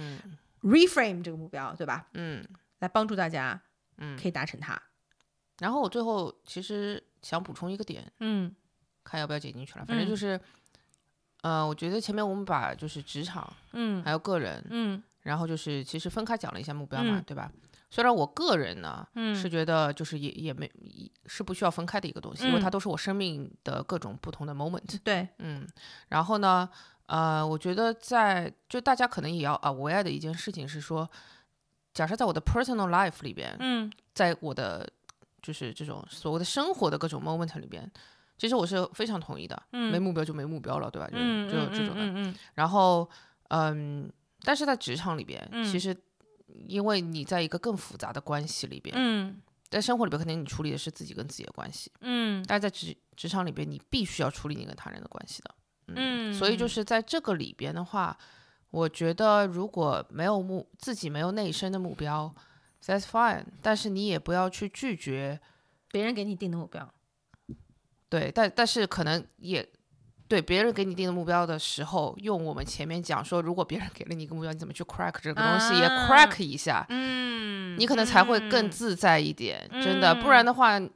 [SPEAKER 1] r e f r a m e 这个目标，对吧？
[SPEAKER 2] 嗯，
[SPEAKER 1] 来帮助大家，可以达成它。
[SPEAKER 2] 然后我最后其实想补充一个点，
[SPEAKER 1] 嗯
[SPEAKER 2] 看要不要剪进去了。反正
[SPEAKER 1] 嗯
[SPEAKER 2] 就是，呃，我觉得前面我们把就是职场
[SPEAKER 1] 嗯
[SPEAKER 2] 还有个人，
[SPEAKER 1] 嗯
[SPEAKER 2] 然后就是其实分开讲了一下目标嘛，
[SPEAKER 1] 嗯
[SPEAKER 2] 对吧？虽然我个人呢，
[SPEAKER 1] 嗯
[SPEAKER 2] 是觉得就是也也没是不需要分开的一个东西，因
[SPEAKER 1] 嗯
[SPEAKER 2] 为它都是我生命的各种不同的 moment。
[SPEAKER 1] 对，
[SPEAKER 2] 嗯，然后呢，呃，我觉得在就大家可能也要 aware 的一件事情是说，假设在我的 personal life 里边，
[SPEAKER 1] 嗯
[SPEAKER 2] 在我的就是这种所谓的生活的各种 moment 里边，其实我是非常同意的，
[SPEAKER 1] 嗯
[SPEAKER 2] 没目标就没目标了，对吧？就
[SPEAKER 1] 嗯，
[SPEAKER 2] 就这种的。
[SPEAKER 1] 嗯嗯
[SPEAKER 2] 然后，嗯，但是在职场里边，
[SPEAKER 1] 嗯
[SPEAKER 2] 其实因为你在一个更复杂的关系里边，
[SPEAKER 1] 嗯
[SPEAKER 2] 在生活里边肯定你处理的是自己跟自己的关系，
[SPEAKER 1] 嗯
[SPEAKER 2] 但是在职职场里边，你必须要处理你跟他人的关系的。
[SPEAKER 1] 嗯
[SPEAKER 2] 所以就是在这个里边的话，我觉得如果没有目自己没有内生的目标，that's fine，但是你也不要去拒绝，
[SPEAKER 1] 别人给你定的目标，
[SPEAKER 2] 对，但但是可能也。对别人给你定的目标的时候，用我们前面讲说，如果别人给了你一个目标，你怎么去 crack 这个东西，也
[SPEAKER 1] 啊
[SPEAKER 2] crack 一下，
[SPEAKER 1] 嗯
[SPEAKER 2] 你可能才会更
[SPEAKER 1] 嗯
[SPEAKER 2] 自在一点，真的。不然的话，你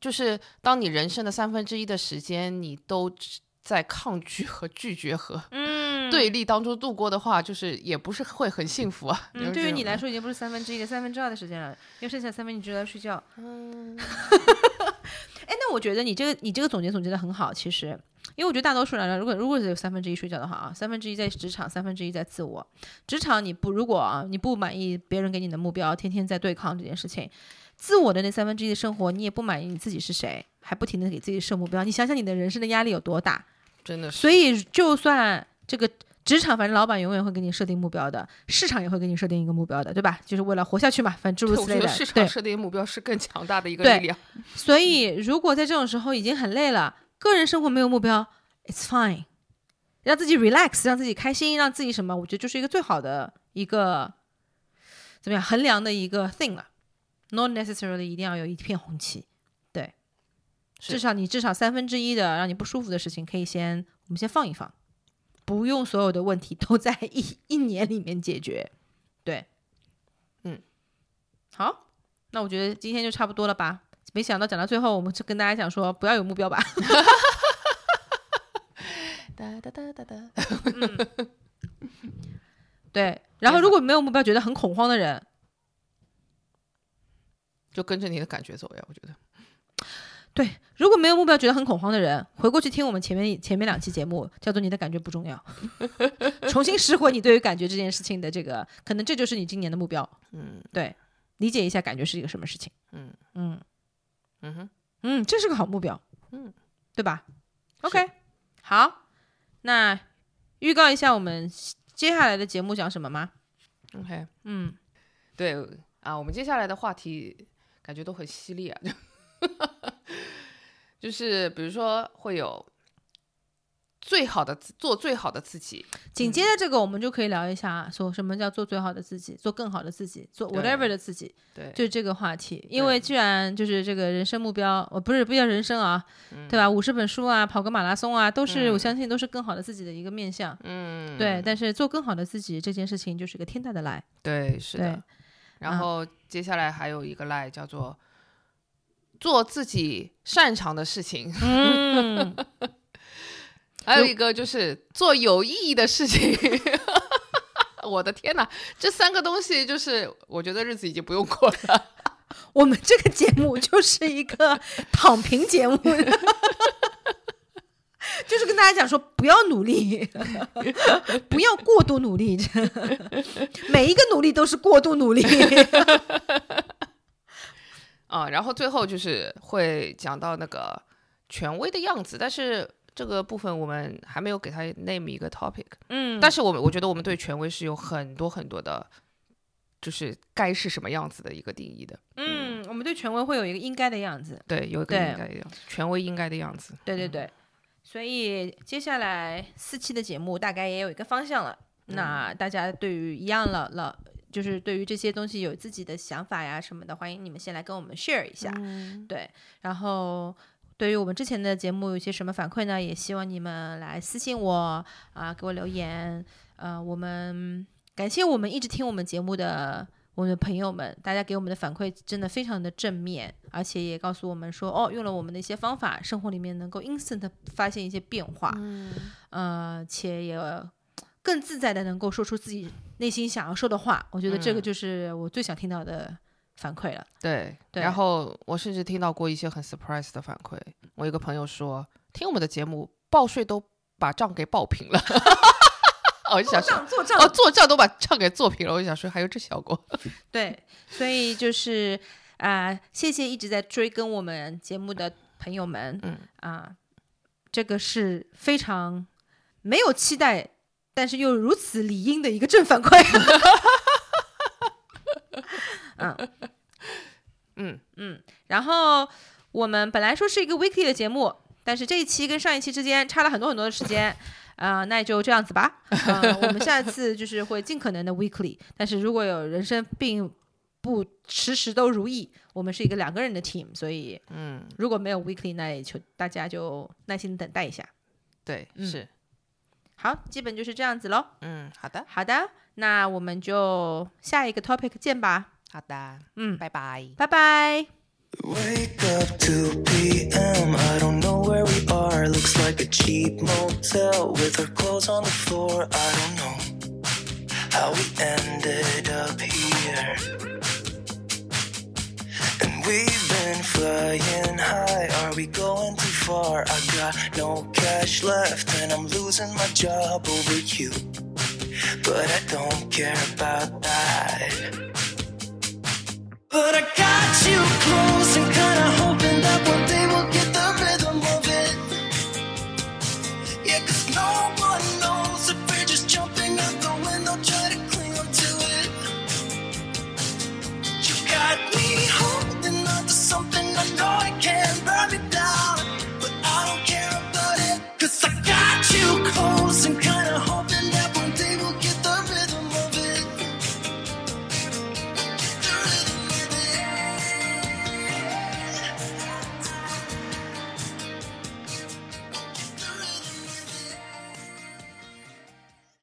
[SPEAKER 2] 就是当你人生的三分之一的时间，你都只在抗拒和拒绝和
[SPEAKER 1] 嗯
[SPEAKER 2] 对立当中度过的话，就是也不是会很幸福啊。
[SPEAKER 1] 嗯，对于你来
[SPEAKER 2] 说，
[SPEAKER 1] 说已经不是三分之一了，三分之二的时间了，因为剩下三分之一来睡觉。嗯， 哎，那我觉得你这个你这个总结总结的很好，其实，因为我觉得大多数人啊如果如果只有三分之一睡觉的话啊，三分之一在职场，三分之一在自我。职场你不如果啊你不满意别人给你的目标，天天在对抗这件事情，自我的那三分之一的生活你也不满意你自己是谁，还不停的给自己设目标，你想想你的人生的压力有多大？
[SPEAKER 2] 真的是，
[SPEAKER 1] 所以就算这个职场，反正老板永远会给你设定目标的，市场也会给你设定一个目标的，对吧？就是为了活下去嘛，反正诸
[SPEAKER 2] 对
[SPEAKER 1] 如
[SPEAKER 2] 我
[SPEAKER 1] 此
[SPEAKER 2] 觉
[SPEAKER 1] 类
[SPEAKER 2] 得
[SPEAKER 1] 的
[SPEAKER 2] 市。场
[SPEAKER 1] 对，
[SPEAKER 2] 设定目标是更强大的一个
[SPEAKER 1] 对
[SPEAKER 2] 力量。
[SPEAKER 1] 所以如果在这种时候已经很累了，个人生活没有目标，it's fine，让自己 relax，让自己开心，让自己什么，我觉得就是一个最好的一个怎么样衡量的一个 thing 了。Not necessarily 一定要有一片红旗，对，
[SPEAKER 2] 是
[SPEAKER 1] 至少你至少三分之一的让你不舒服的事情，可以先我们先放一放，不用所有的问题都在一一年里面解决，对，
[SPEAKER 2] 嗯，
[SPEAKER 1] 好，那我觉得今天就差不多了吧。没想到讲到最后，我们就跟大家讲说不要有目标吧。
[SPEAKER 2] 哒哒哒哒哒，
[SPEAKER 1] 对，然后如果没有目标觉得很恐慌的人，
[SPEAKER 2] 就跟着你的感觉走呀，我觉得。
[SPEAKER 1] 对，如果没有目标觉得很恐慌的人，回过去听我们前面前面两期节目，叫做“你的感觉不重要”， 重新拾回你对于感觉这件事情的这个，可能这就是你今年的目标。
[SPEAKER 2] 嗯
[SPEAKER 1] 对，理解一下感觉是一个什么事情。
[SPEAKER 2] 嗯
[SPEAKER 1] 嗯
[SPEAKER 2] 嗯哼，
[SPEAKER 1] 嗯，这是个好目标。
[SPEAKER 2] 嗯，
[SPEAKER 1] 对吧？OK，好，那预告一下我们接下来的节目讲什么吗？
[SPEAKER 2] ，OK，
[SPEAKER 1] 嗯，
[SPEAKER 2] 对啊，我们接下来的话题感觉都很犀利啊，就就是比如说会有最好的自做最好的自己。
[SPEAKER 1] 紧接着这个，我们就可以聊一下，说什么叫做最好的自己，做更好的自己，做
[SPEAKER 2] 对
[SPEAKER 1] whatever 的自己，
[SPEAKER 2] 对，
[SPEAKER 1] 就是这个话题。因为居然就是这个人生目标，呃，不是不叫人生啊，
[SPEAKER 2] 嗯
[SPEAKER 1] 对吧？五十本书啊，跑个马拉松啊，都是、我相信都是更好的自己的一个面向。
[SPEAKER 2] 嗯，
[SPEAKER 1] 对，但是做更好的自己这件事情，就是个天大的来。
[SPEAKER 2] 对，是
[SPEAKER 1] 对啊
[SPEAKER 2] 的。然后接下来还有一个 lie 叫做做自己擅长的事情，
[SPEAKER 1] 嗯，
[SPEAKER 2] 还有一个就是做有意义的事情。 我的天哪，这三个东西就是我觉得日子已经不用过了。
[SPEAKER 1] 我们这个节目就是一个躺平节目， 就是跟大家讲说不要努力， 不要过度努力， 每一个努力都是过度努力。
[SPEAKER 2] 啊，然后最后就是会讲到那个权威的样子，但是这个部分我们还没有给它 name 一个 topic，
[SPEAKER 1] 嗯
[SPEAKER 2] 但是我们我觉得我们对权威是有很多很多的，就是该是什么样子的一个定义的，
[SPEAKER 1] 嗯，我们对权威会有一个应该的样子。
[SPEAKER 2] 对，有一个
[SPEAKER 1] 对
[SPEAKER 2] 应该的样子权威应该的样子，
[SPEAKER 1] 对对对，所以接下来四期的节目大概也有一个方向了。那大家对于一样了了，就是对于这些东西有自己的想法呀什么的，欢迎你们先来跟我们 share 一下。对，然后。对于我们之前的节目有些什么反馈呢？也希望你们来私信我啊、给我留言。呃，我们感谢我们一直听我们节目的我们的朋友们，大家给我们的反馈真的非常的正面，而且也告诉我们说，哦，用了我们的一些方法，生活里面能够 instant 地发现一些变化，呃，且也更自在的能够说出自己内心想要说的话。我觉得这个
[SPEAKER 2] 嗯
[SPEAKER 1] 就是我最想听到的反馈了。
[SPEAKER 2] 对，
[SPEAKER 1] 对
[SPEAKER 2] 然后我甚至听到过一些很 surprise 的反馈，我一个朋友说听我们的节目报税都把账给报平了， 我就想说。
[SPEAKER 1] 做账
[SPEAKER 2] 哦，做账都把账给做平了，我就想说还有这效果。
[SPEAKER 1] 对，所以就是啊、谢谢一直在追跟我们节目的朋友们，
[SPEAKER 2] 嗯
[SPEAKER 1] 啊、这个是非常没有期待，但是又如此理应的一个正反馈。 嗯
[SPEAKER 2] 嗯
[SPEAKER 1] 嗯，然后我们本来说是一个 weekly 的节目，但是这一期跟上一期之间差了很多很多的时间。啊、那就这样子吧。呃，我们下次就是会尽可能的 weekly，但是如果有人生并不时时都如意，我们是一个两个人的 team，所以
[SPEAKER 2] 嗯，
[SPEAKER 1] 如果没有 weekly，那也就大家就耐心地等待一下。
[SPEAKER 2] 对，
[SPEAKER 1] 嗯
[SPEAKER 2] 是，
[SPEAKER 1] 好，基本就是这样子喽。
[SPEAKER 2] 嗯，好的，
[SPEAKER 1] 好的，那我们就下一个 topic 见吧。
[SPEAKER 2] 好的，
[SPEAKER 1] 嗯，
[SPEAKER 2] 拜拜。
[SPEAKER 1] 拜拜。
[SPEAKER 3] Wake up 2 p.m. I don't know where we are. Looks like a cheap motel with our clothes on the floor. I don't know how we ended up here. And we've been flying high. Are we going too far? I got no cash left and I'm losing my job over you. But I don't care about that. But I got you close and kinda hoping that one day we'll get the rhythm of it. Yeah, cause no one knows if we're just jumping out the window, try to cling on to it. You got me holding on to something I know I can't burn it down. But I don't care about it. Cause I got you close and kinda